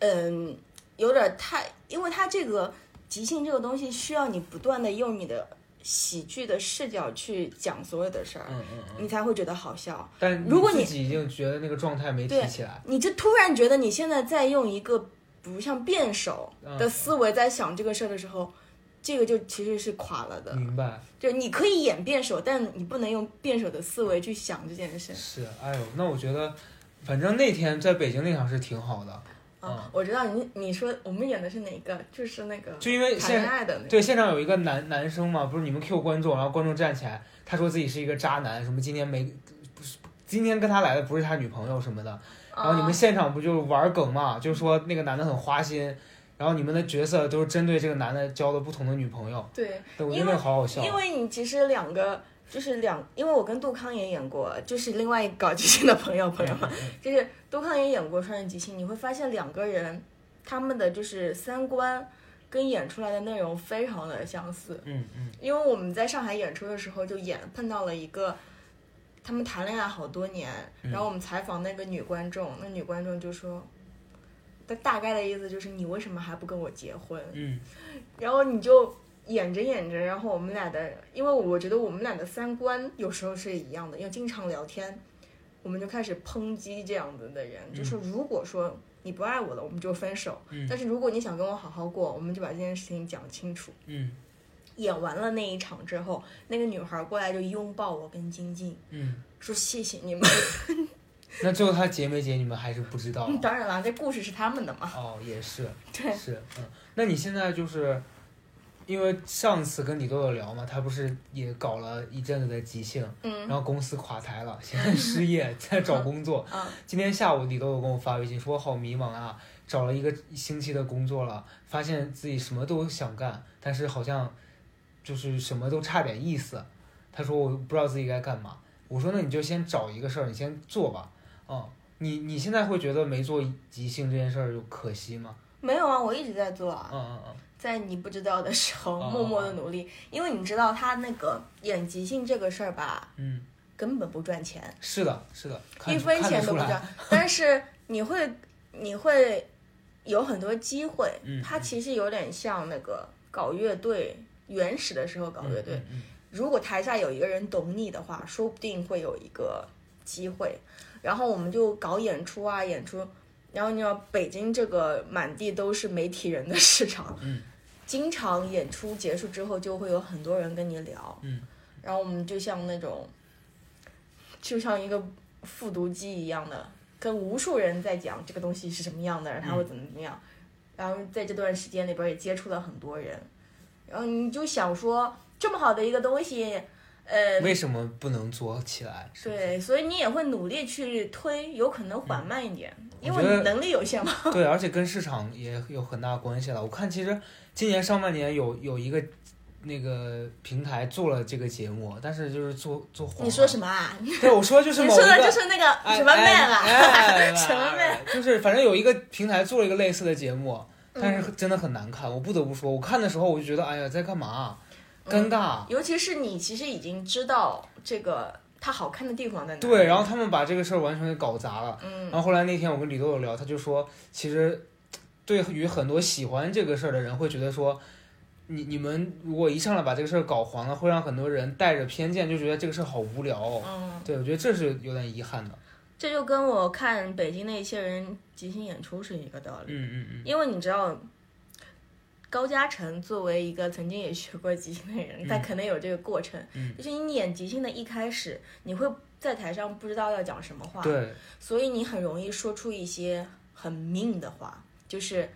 嗯，有点太，因为它这个即兴这个东西需要你不断的用你的喜剧的视角去讲所有的事儿，嗯嗯嗯。你才会觉得好笑。但如果你自己已经觉得那个状态没提对起来，你就突然觉得你现在在用一个不像辩手的思维在想这个事儿的时候，这个就其实是垮了的。明白就你可以演辩手，但你不能用辩手的思维去想这件事。是。哎呦，那我觉得，反正那天在北京那场是挺好的，啊，我知道你你说我们演的是哪个，就是那个就因为谈恋现爱的那个。对现场有一个男男生嘛，不是你们 Q 观众，然后观众站起来，他说自己是一个渣男，什么今天没不是今天跟他来的不是他女朋友什么的，然后你们啊现场不就玩梗嘛，就说那个男的很花心。然后你们的角色都是针对这个男的交了不同的女朋友，对，对我觉得那个好好笑。啊因为你其实两个就是两，因为我跟杜康也演过，就是另外一个搞即兴的朋友朋友嗯们，就是杜康也演过双人即兴，你会发现两个人他们的就是三观跟演出来的内容非常的相似。嗯嗯因为我们在上海演出的时候，就演碰到了一个，他们谈恋爱好多年，嗯然后我们采访那个女观众，那女观众就说，她大概的意思就是你为什么还不跟我结婚？嗯然后你就演着演着，然后我们俩的，因为我觉得我们俩的三观有时候是一样的，因为经常聊天，我们就开始抨击这样子的人，就说如果说你不爱我了，我们就分手；嗯但是如果你想跟我好好过，我们就把这件事情讲清楚。嗯演完了那一场之后，那个女孩过来就拥抱我跟晶晶，嗯，说谢谢你们。那最后他结没结你们还是不知道。啊 当然啦，这故事是他们的嘛。哦，也是，啊 对，是，嗯，那你现在就是，因为上次跟李豆豆聊嘛，他不是也搞了一阵子的即兴，然嗯后公司垮台了，现在失业，在找工作。啊，今天下午李豆豆跟我发微信说，我好迷茫啊，找了一个星期的工作了，发现自己什么都想干，但是好像就是什么都差点意思。他说我不知道自己该干嘛。我说那你就先找一个事儿，你先做吧。嗯，你你现在会觉得没做即兴这件事儿有可惜吗？没有啊，我一直在做啊嗯，嗯嗯在你不知道的时候哦默默的努力，因为你知道他那个演即兴这个事儿吧，嗯，根本不赚钱，是的，是的，看一出分看得钱出都不来。赚，但是你会你会有很多机会嗯，它其实有点像那个搞乐队。原始的时候搞乐队，嗯，嗯如果台下有一个人懂你的话，说不定会有一个机会。然后我们就搞演出啊，演出。然后你知道北京这个满地都是媒体人的市场，嗯，经常演出结束之后就会有很多人跟你聊，嗯，然后我们就像那种，就像一个复读机一样的，跟无数人在讲这个东西是什么样的，然后它会嗯怎么怎么样。然后在这段时间里边也接触了很多人，然后嗯你就想说，这么好的一个东西，呃嗯，为什么不能做起来？是不是对，所以你也会努力去推，有可能缓慢一点，因嗯我为觉得你能力有限嘛。对，而且跟市场也有很大关系了。我看其实今年上半年有有一个那个平台做了这个节目，但是就是做做黄了。你说什么啊？你么？对，我说就是某一说个的就是那个哎什么妹啊？哎哎 什么哎就是反正有一个平台做了一个类似的节目，但嗯是真的很难看。我不得不说，我看的时候我就觉得，哎呀，在干嘛？嗯尴尬。尤其是你其实已经知道这个它好看的地方在哪？对，然后他们把这个事儿完全给搞砸了。嗯然后后来那天我跟李豆豆聊，他就说，其实对于很多喜欢这个事儿的人，会觉得说，你你们如果一上来把这个事儿搞黄了，会让很多人带着偏见，就觉得这个事儿好无聊、哦。嗯，对，我觉得这是有点遗憾的。这就跟我看北京的一些人即兴演出是一个道理，嗯嗯嗯，因为你知道。高嘉诚作为一个曾经也学过即兴的人，嗯他可能有这个过程，嗯就是你演即兴的一开始，你会在台上不知道要讲什么话，对，所以你很容易说出一些很命的话，就是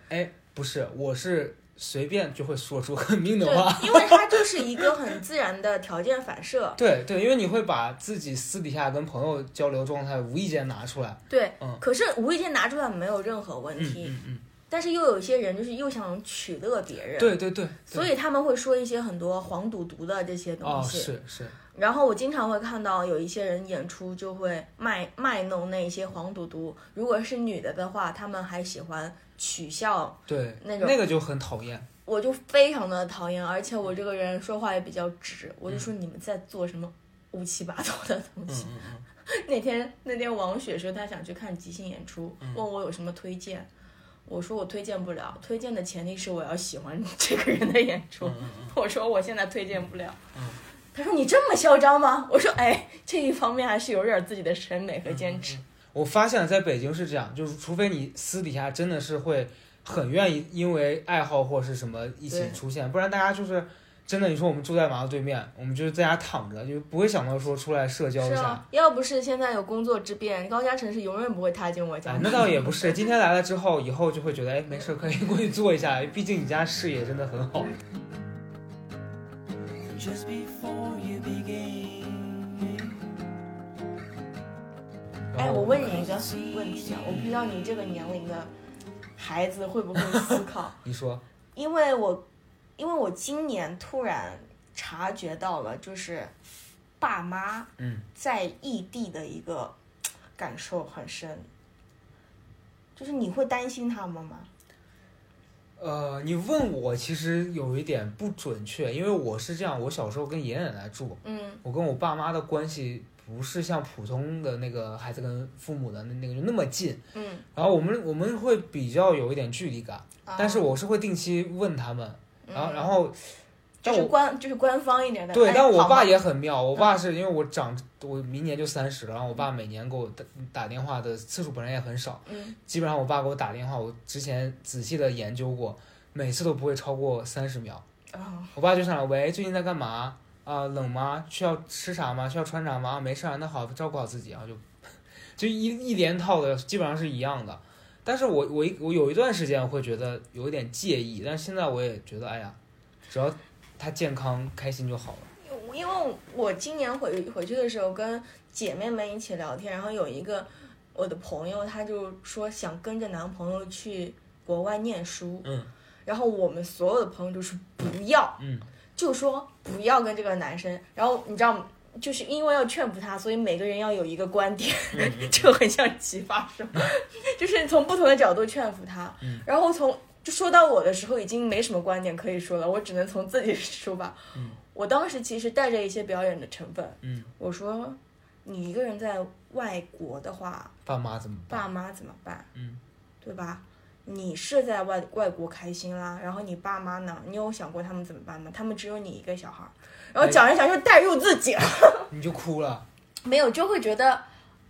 不是，我是随便就会说出 很命的话。对，因为它就是一个很自然的条件反射。对对，因为你会把自己私底下跟朋友交流状态无意间拿出来。对，嗯可是无意间拿出来没有任何问嗯题，嗯嗯，但是又有一些人就是又想取乐别人，，对对对，对所以他们会说一些很多黄赌毒的这些哦东西。是是，然后我经常会看到有一些人演出就会卖卖弄那些黄赌毒，如果是女的的话，他们还喜欢取笑对那种那个就很讨厌。我就非常的讨厌，而且我这个人说话也比较直，我就说你们在做什么乌七八糟的东嗯西。嗯嗯。那天那天王雪说她想去看即兴演出，嗯问我有什么推荐，我说我推荐不了，推荐的前提是我要喜欢这个人的演嗯出。我说我现在推荐不了。他说你这么嚣张吗？我说哎，这一方面还是有点自己的审美和坚嗯持。我发现在北京是这样，就是除非你私底下真的是会很愿意因为爱好或是什么一起对出现，不然大家就是真的，你说我们住在马路对面，我们就是在家躺着，就不会想到说出来社嗯交一是下。啊，要不是现在有工作之便，高嘉诚是永远不会踏进我家哎门。，那倒也不是，今天来了之后，以后就会觉得，哎，没事儿可以过去坐一下，毕竟你家视野真的很好。 just before you begin. 然哎，后我问你一个问题啊，我不知道你这个年龄的孩子会不会思考，你说，因为我，因为我今年突然察觉到了，就是爸妈嗯，在异地的一个感受很深，就是你会担心他们吗？呃，你问我其实有一点不准确，因为我是这样，我小时候跟爷爷奶奶住，嗯我跟我爸妈的关系不是像普通的那个孩子跟父母的那那个就那么近，嗯，然后我们我们会比较有一点距离感，啊但是我是会定期问他们，然后然后，嗯就但是我官就是官方一点的，对，哎但我好吗嗯爸也很妙，我爸是因为我长，我明年就三十了，然后我爸每年给我打打电话的次数本来也很少，嗯基本上我爸给我打电话，我之前仔细的研究过，每次都不会超过三十秒。啊我爸就上来，喂，最近在干嘛？啊、冷吗？需要吃啥吗？需要穿啥吗？啊没事啊，那好，照顾好自己啊，就 就一一连套的，基本上是一样的。但是我我一我有一段时间会觉得有一点介意，但是现在我也觉得，哎呀，只要他健康开心就好了。嗯因为我今年回回去的时候跟姐妹们一起聊天，然后有一个我的朋友，她就说想跟着男朋友去国外念书，嗯然后我们所有的朋友就是不要，嗯，就说不要跟这个男生。然后你知道，就是因为要劝服他，所以每个人要有一个观点，嗯 就很像奇葩说， 就是从不同的角度劝服他。嗯然后从就说到我的时候，已经没什么观点可以说了，我只能从自己说吧。嗯我当时其实带着一些表演的成分，嗯，我说你一个人在外国的话，爸妈怎么办？爸妈怎么办？嗯，对吧？你是在外外国开心啦，然后你爸妈呢？你有想过他们怎么办吗？他们只有你一个小孩儿，然后哎讲着讲着就代入自己了， 你就哭了。没有就会觉得，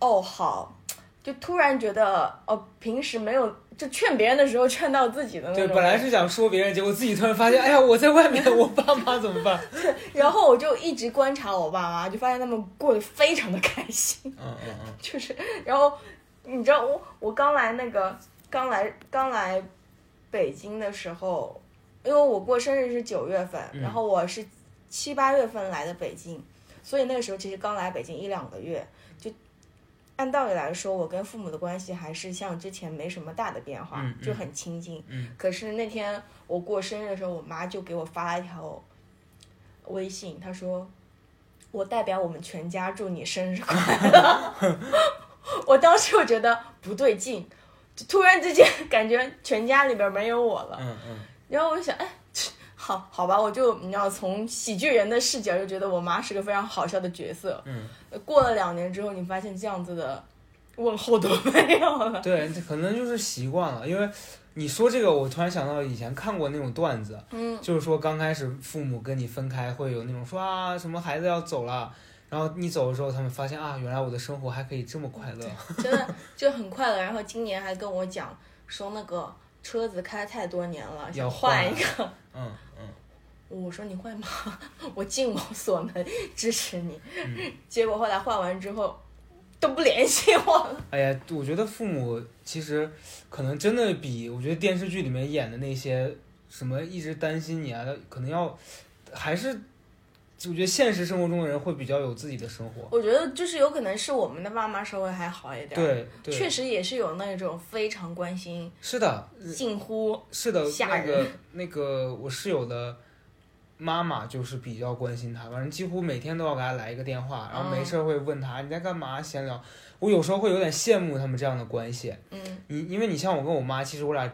哦好，就突然觉得哦，平时没有就劝别人的时候劝到自己的那种对，感觉。本来是想说别人，结果自己突然发现，哎呀，我在外面，我爸妈怎么办？然后我就一直观察我爸妈，就发现他们过得非常的开心，嗯嗯嗯，就是，然后你知道我我刚来那个刚来刚来北京的时候，因为我过生日是九月份，嗯然后我是七八月份来的北京，所以那个时候其实刚来北京一两个月，就按道理来说，我跟父母的关系还是像之前没什么大的变化，嗯嗯就很亲近。嗯可是那天我过生日的时候，我妈就给我发了一条微信，她说：“我代表我们全家祝你生日快乐。” 我当时我觉得不对劲，就突然之间感觉全家里边没有我了。嗯嗯，然后我就想，哎，好好吧，我就你知道，从喜剧人的视角就觉得我妈是个非常好笑的角色。嗯，过了两年之后，你发现这样子的问候都没有了。 对，可能就是习惯了，因为你说这个，我突然想到以前看过那种段子，嗯，就是说刚开始父母跟你分开会有那种说啊什么孩子要走了，然后你走的时候，他们发现啊，原来我的生活还可以这么快乐。真的就很快乐。然后今年还跟我讲说那个车子开太多年了，要想换一换个。嗯嗯，我说你会吗？ 我尽我所能支持你。嗯 结果后来换完之后都不联系我了。哎呀，我觉得父母其实可能真的比我觉得电视剧里面演的那些什么一直担心你啊，可能要还是我觉得现实生活中的人会比较有自己的生活。我觉得就是有可能是我们的爸妈稍微还好一点，，对对，啊确实也是有那种非常关心、是的，近乎是的，吓那个人那个我室友的妈妈就是比较关心他，反正几乎每天都要给他来一个电话，然后没嗯事儿会问他、你在干嘛，闲聊。我有时候会有点羡慕他们这样的关系，嗯你因为你像我跟我妈，其实我俩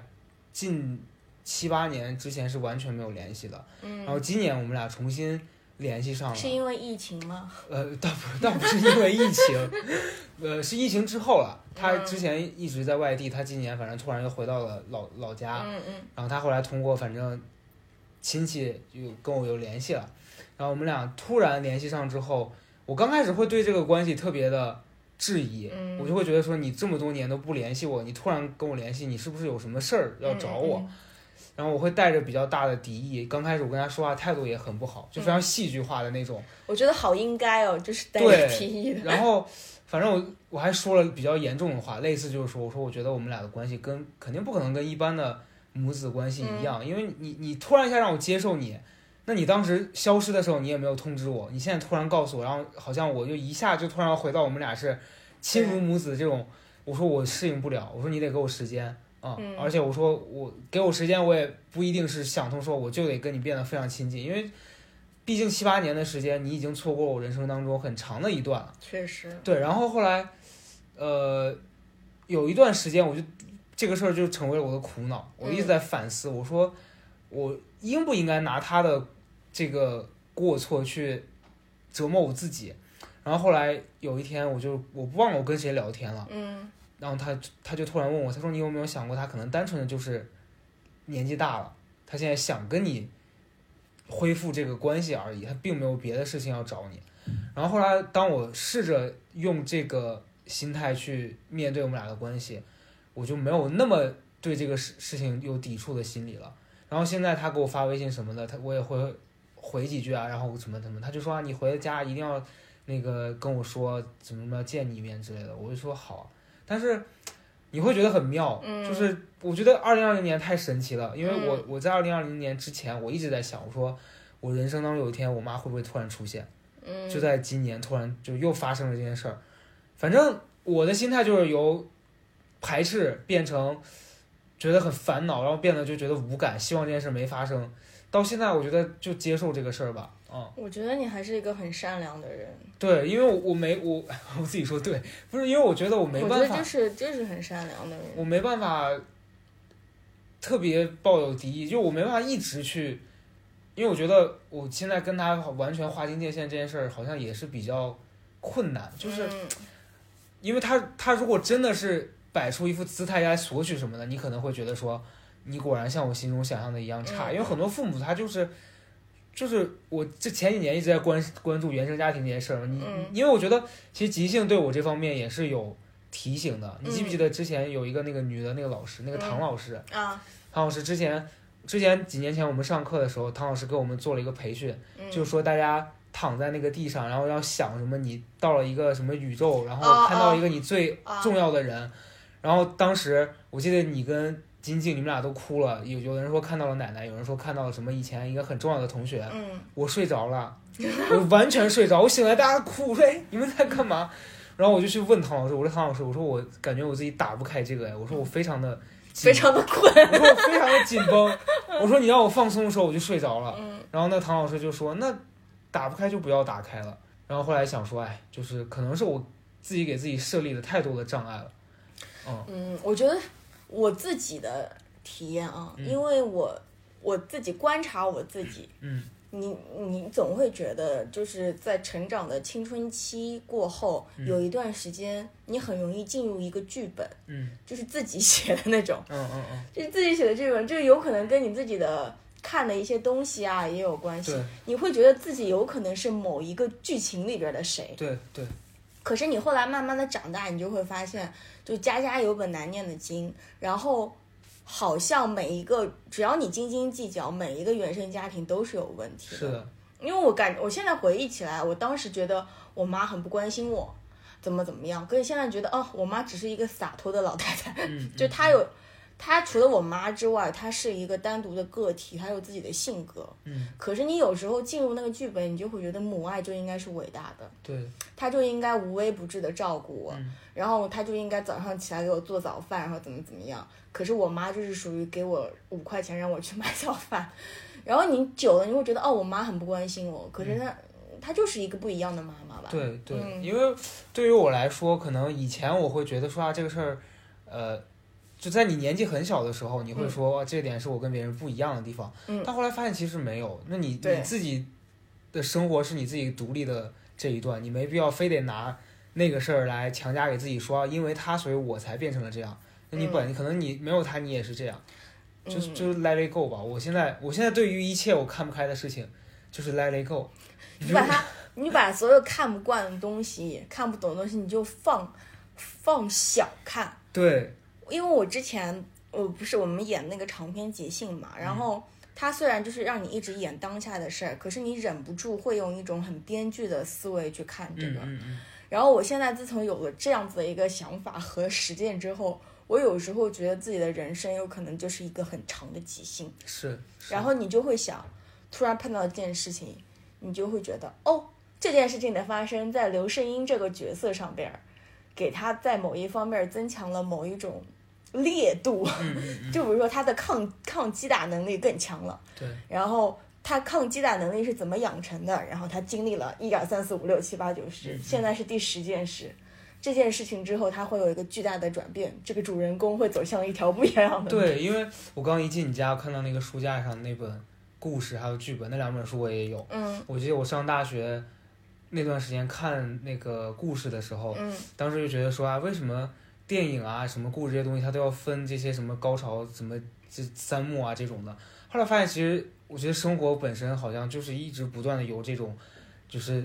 近七八年之前是完全没有联系的，然后嗯，今年我们俩重新联系上了，是因为疫情吗？呃，倒不倒不是因为疫情，呃，是疫情之后了。他嗯之前一直在外地，他今年反正突然又回到了老老家，嗯嗯然后他后来通过反正亲戚有跟我有联系了，然后我们俩突然联系上之后，我刚开始会对这个关系特别的质疑，嗯我就会觉得说你这么多年都不联系我，你突然跟我联系，你是不是有什么事儿要找我？，嗯然后我会带着比较大的敌意，刚开始我跟他说话态度也很不好，就非常戏剧化的那种。嗯我觉得好应该哦，就是带对着提议的， 然后反正我我还说了比较严重的话，类似就是说，我说我觉得我们俩的关系跟肯定不可能跟一般的母子关系一样，因为你你突然一下让我接受你，那你当时消失的时候你也没有通知我，你现在突然告诉我，然后好像我就一下就突然回到我们俩是亲如母子这种，我说我适应不了，我说你得给我时间。啊、嗯而且我说我给我时间，我也不一定是想通说我就得跟你变得非常亲近，因为毕竟七八年的时间，你已经错过我人生当中很长的一段了。确实，对，然后后来，呃，有一段时间，我就这个事儿就成为了我的苦恼，我一直嗯在反思，我说我应不应该拿他的这个过错去折磨我自己。然后后来有一天，我就我不忘了我跟谁聊天了，嗯然后他他就突然问我，他说你有没有想过，他可能单纯的就是年纪大了，他现在想跟你恢复这个关系而已，他并没有别的事情要找你。然后后来，当我试着用这个心态去面对我们俩的关系，我就没有那么对这个事事情有抵触的心理了。然后现在他给我发微信什么的，他我也会回几句啊，然后什么什么，他就说啊，你回家一定要那个跟我说怎么怎么见你一面之类的，我就说好啊。但是你会觉得很妙，嗯就是我觉得二零二零年太神奇了，因为我嗯我在二零二零年之前，我一直在想，我说我人生当中有一天，我妈会不会突然出现？嗯，就在今年突然就又发生了这件事儿。反正我的心态就是由排斥变成觉得很烦恼，然后变得就觉得无感，希望这件事没发生。到现在，我觉得就接受这个事儿吧。嗯，我觉得你还是一个很善良的人，对，因为我我没我 我自己说对，不是因为我觉得我没我觉办得法，就是就是很善良的人，我没办法特别抱有敌意，就我没办法一直去，因为我觉得我现在跟他完全划清界限这件事儿，好像也是比较困难，就是嗯因为他他如果真的是摆出一副姿态来索取什么的，你可能会觉得说，你果然像我心中想象的一样差。嗯因为很多父母他就是，就是我这前几年一直在关关注原生家庭这件事儿，你、嗯因为我觉得其实即兴对我这方面也是有提醒的。你记不嗯记得之前有一个那个女的那个老师，那个唐嗯老师，啊，唐老师之前之前几年前我们上课的时候，唐老师给我们做了一个培训，嗯就是说大家躺在那个地上，然后要想什么，你到了一个什么宇宙，然哦后看到一个你最啊重要的人，然后当时我记得你跟金靖你们俩都哭了，有有的人说看到了奶奶，有人说看到了什么以前一个很重要的同学，嗯我睡着 了，我完全睡着，我醒来大家哭，我说哎你们在干嘛？然后我就去问唐老师，我说唐老师，我说我感觉我自己打不开这个，哎，我说我非常的非常的困，我说我非常的紧 绷，我说你让我放松的时候我就睡着了。嗯然后那唐老师就说那打不开就不要打开了。然后后来想说，哎，就是可能是我自己给自己设立了太多的障碍了。嗯，我觉得我自己的体验啊，嗯因为我我自己观察我自己，嗯，你你总会觉得就是在成长的青春期过后，嗯有一段时间你很容易进入一个剧本，嗯就是自己写的那种，嗯嗯嗯，就是自己写的剧本，就有可能跟你自己的。看的一些东西啊也有关系对，你会觉得自己有可能是某一个剧情里边的谁，对对，可是你后来慢慢的长大，你就会发现，就家家有本难念的经，然后好像每一个只要你斤斤计较，每一个原生家庭都是有问题是的，因为我感我现在回忆起来，我当时觉得我妈很不关心我，怎么怎么样，可是现在觉得哦，我妈只是一个洒脱的老太太，嗯，就嗯她有。她除了我妈之外，她是一个单独的个体，她有自己的性格。嗯可是你有时候进入那个剧本，你就会觉得母爱就应该是伟大的，对，他就应该无微不至的照顾我，嗯然后他就应该早上起来给我做早饭，然后怎么怎么样。可是我妈就是属于给我五块钱让我去买早饭， 然后你久了你会觉得哦，我妈很不关心我，可是她、她就是一个不一样的妈妈吧？嗯对对，嗯因为对于我来说，可能以前我会觉得说啊这个事儿，呃，就在你年纪很小的时候，你会嗯说、啊这点是我跟别人不一样的地方，嗯但后来发现其实没有，那你对你自己的生活是你自己独立的这一段，你没必要非得拿那个事儿来强加给自己说，啊因为他所以我才变成了这样。那你本、可能你没有他，你也是这样，就嗯就 let it go 吧。我现在我现在对于一切我看不开的事情，就是 let it go。你把她，你把所有看不惯的东西、看不懂的东西，你就放放小看，对，因为我之前我不是我们演那个长篇即兴嘛，然后他虽然就是让你一直演当下的事儿，可是你忍不住会用一种很编剧的思维去看这嗯个。嗯嗯，然后我现在自从有了这样子的一个想法和实践之后，我有时候觉得自己的人生有可能就是一个很长的即兴，是。是然后你就会想，突然碰到一件事情，你就会觉得哦，这件事情的发生在刘胜英这个角色上边儿，给他在某一方面儿增强了某一种烈度，嗯 就比如说他的抗抗击打能力更强了，对，然后。他抗击打能力是怎么养成的？然后他经历了一二三四五六七八九十嗯，现在是第十件事。这件事情之后，他会有一个巨大的转变，这个主人公会走向一条不一样的路。对，因为我刚一进你家，看到那个书架上那本故事还有剧本那两本书我也有。嗯我记得我上大学那段时间看那个故事的时候，嗯当时就觉得说啊，为什么电影啊、什么故事这些东西，它都要分这些什么高潮、什么这三幕啊这种的。后来发现，其实我觉得生活本身好像就是一直不断的由这种就是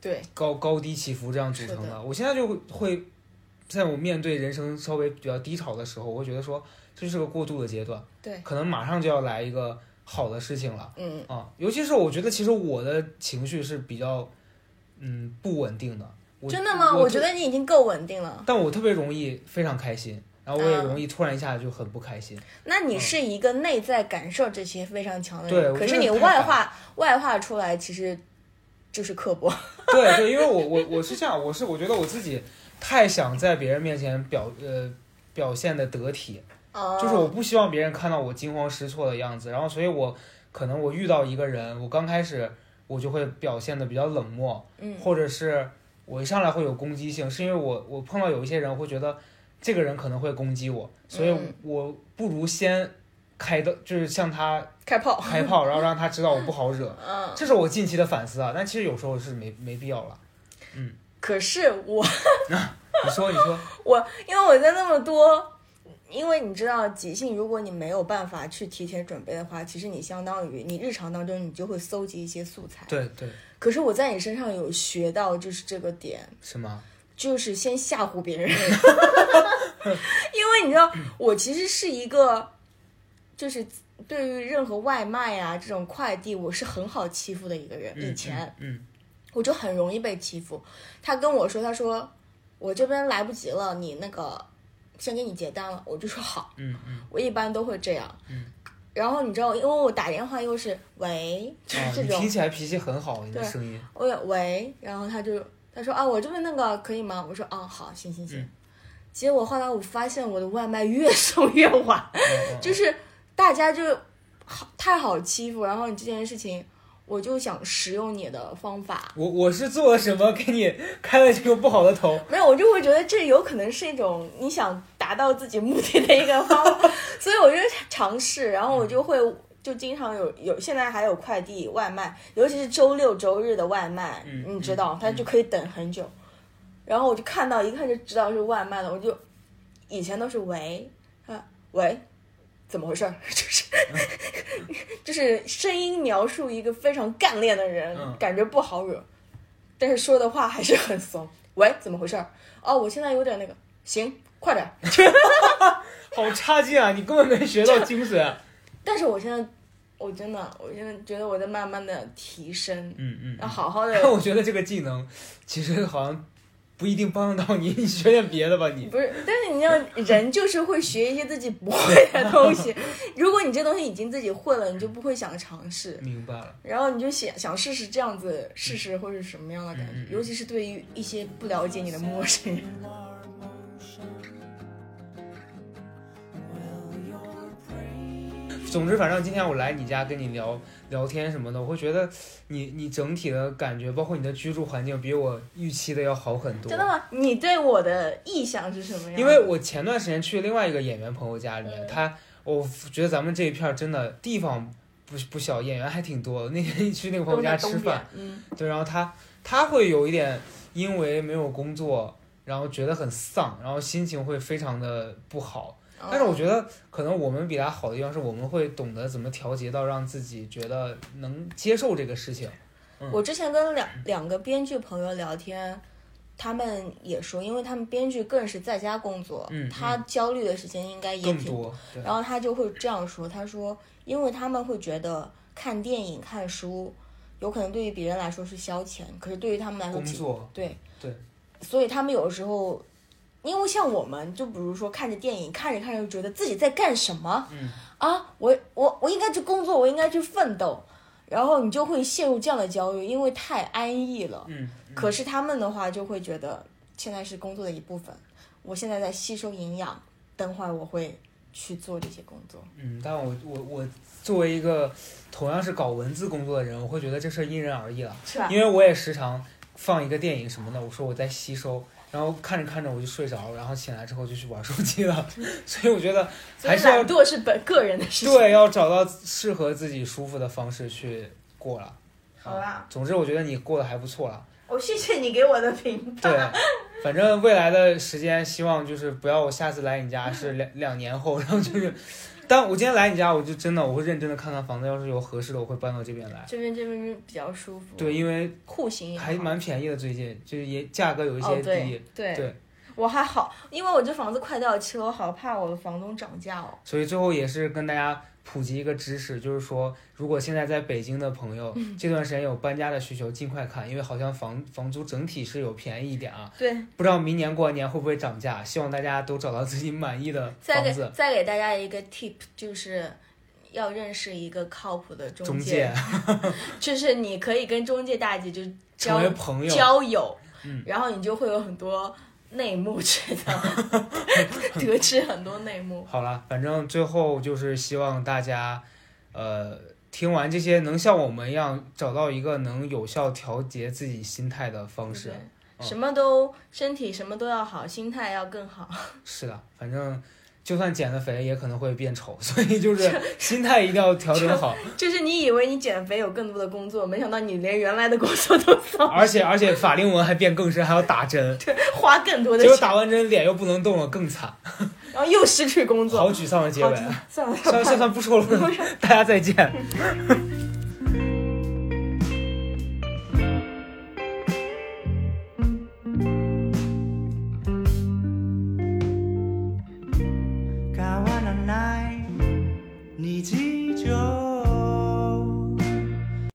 对，高高低起伏这样组成是的。的我现在就会，在我面对人生稍微比较低潮的时候，我会觉得说这是个过渡的阶段，对可能马上就要来一个好的事情了哎嗯，啊。尤其是我觉得，其实我的情绪是比较，嗯，不稳定的。我真的吗？我嗯我觉，得你已经够稳定了。但我特别容易非常开心，然后我也啊容易突然一下就很不开心。那你是一个内在感受这些非常强的对人，我可是真的你太外敢化外化出来其实就是刻薄。对对，因为我我我是这样，我是我觉得我自己太想在别人面前表呃表现的得体，哦就是我不希望别人看到我惊慌失措的样子，然后所以我可能我遇到一个人，我刚开始我就会表现的比较冷漠，嗯或者是我一上来会有攻击性，是因为我我碰到有一些人我会觉得这个人可能会攻击我，所以嗯我不如先开的，就是向他开炮， 开炮，然后让他知道我不好惹，嗯。这是我近期的反思啊，但其实有时候是没没必要了。可是我你说，你说，我因为我在那么多，因为你知道即兴，如果你没有办法去提前准备的话，其实你相当于你日常当中你就会搜集一些素材。对对，可是我在你身上有学到就是这个点，是吗？就是先吓唬别人，因 为你知道，我其实是一个，就是对于任何外卖啊这种快递，我是很好欺负的一个人。嗯以前，嗯我就很容易被欺负。他跟我说，他说我这边来不及了，你那个先给你结单了，我就说好。嗯嗯我一般都会这样。嗯然后你知道，因为我打电话又是喂，就嗯，啊，是这你种听，起来脾气很好，你的对声 音，我也喂，然后他就他说啊，我这边那个可以吗？我说啊，好，行行行。嗯结果后来我发现我的外卖越 送越晚，嗯嗯就嗯是大家就好太好欺负，然后你这件事情，我就想使用你的方法，我我是做了什么给你开了这个不好的 头？没有，我就会觉得这有可能是一种 你想达到自己目的的一个方法，所以我就尝试，然后我就会就经常有有，现在还有快递外卖，尤其是周六周日的外卖，嗯你知道嗯，它就可以等很久。然后我就看到一看就知道是外卖的，我就以前都是喂啊喂，怎么回事儿？ 就是就是声音描述一个非常干练的人，嗯感觉不好惹，但是说的话还是很怂。喂，怎么回事儿？哦，我现在有点那个，行，快点儿。好差劲啊！你根本没学到精髓。啊但是我现在，我真的，我现在觉得我在慢慢的提升， 嗯嗯。要好好但的，我觉得这个技能其实好像不一定帮得到你，你学点别的吧你。 不是，但是你要人就是会学一些自己不会的东西， 如果你这东西已经自己会了，你就不会想尝试。 明白了，然后你就想想试试这样子试试会是什么样的感嗯嗯嗯觉，尤其是对于一些不了解你的陌生人，总之反正今天我来你家跟你聊聊天什么的，我会觉得你你整体的感觉，包括你的居住环境，比我预期的要好很多。真的吗？你对我的意向是什么样？因为我前段时间去另外一个演员朋友家里嗯面，他我觉得咱们这一片儿真的地方不不小，演员还挺多。那天去那个朋友都家在吃东饭边，，嗯，对，然后他他会有一点因为没有工作，然后觉得很丧，然后心情会非常的不好。哦但是我觉得可能我们比他好的地方是我们会懂得怎么调节到让自己觉得能接受这个事情。我之前跟两两个编剧朋友聊天，他们也说，因为他们编剧更是在家工作，嗯嗯他焦虑的时间应该也更挺多，对，然后他就会这样说，他说，因为他们会觉得看电影、看书，有可能对于别人来说是消遣，可是对于他们来说工其，作，对对，所以他们有的时候，因为像我们，就比如说看着电影，看着看着就觉得自己在干什么，嗯，啊，我我我应该去工作，我应该去奋斗，然后你就会陷入这样的焦虑，因为太安逸了。嗯，嗯可是他们的话就会觉得现在是工作的一部分，我现在在吸收营养，等会儿我会去做这些工作。嗯，但我我我作为一个同样是搞文字工作的人，我会觉得这事儿因人而异了，是吧？因为我也时常放一个电影什么的，我说我在吸收，然后看着看着我就睡着了，然后醒来之后就去玩手机了，所以我觉得还是要懒惰是本个人的事情。对，要找到适合自己舒服的方式去过了。啊好啦，总之我觉得你过得还不错了，我谢谢你给我的评对，反正未来的时间希望就是不要我下次来你家是两两年后，然后就是，但我今天来你家我就真的我会认真的看看房子，要是有合适的我会搬到这边来。这边这边是比较舒服，对，，因为酷刑也好还蛮便宜的，最近就是也价格有一哦些低，对对对我还好，因为我这房子快到期了，我好怕我的房东涨价哦。所以最后也是跟大家普及一个知识，就是说，如果现在在北京的朋友、嗯这段时间有搬家的需求，尽快看，因为好像房房租整体是有便宜一点啊，对，不知道明年过完年会不会涨价，希望大家都找到自己满意 的再呃房给子。再给大家一个 tip，就是要认识一个靠谱的中中介， 就是你可以跟中介大姐就成为交朋友，交友，嗯然后你就会有很多内幕知道， 得知很多内幕。好了，反正最后就是希望大家，呃，听完这些能像我们一样找到一个能有效调节自己心态的方式对。嗯什么都身体什么都要好，心态要更好。 是的，反正就算减了肥也可能会变丑， 所以就是心态一定要调整好。就是你以为你减肥有更多的工作，没想到你连原来的工作都丧，而且而且法令纹还变更深，还要打针，花更多的结果钱，打完针脸又不能动了，更惨，然后又失去工作。好沮丧的结好尾。算了，算了算了，不说了，大家再见。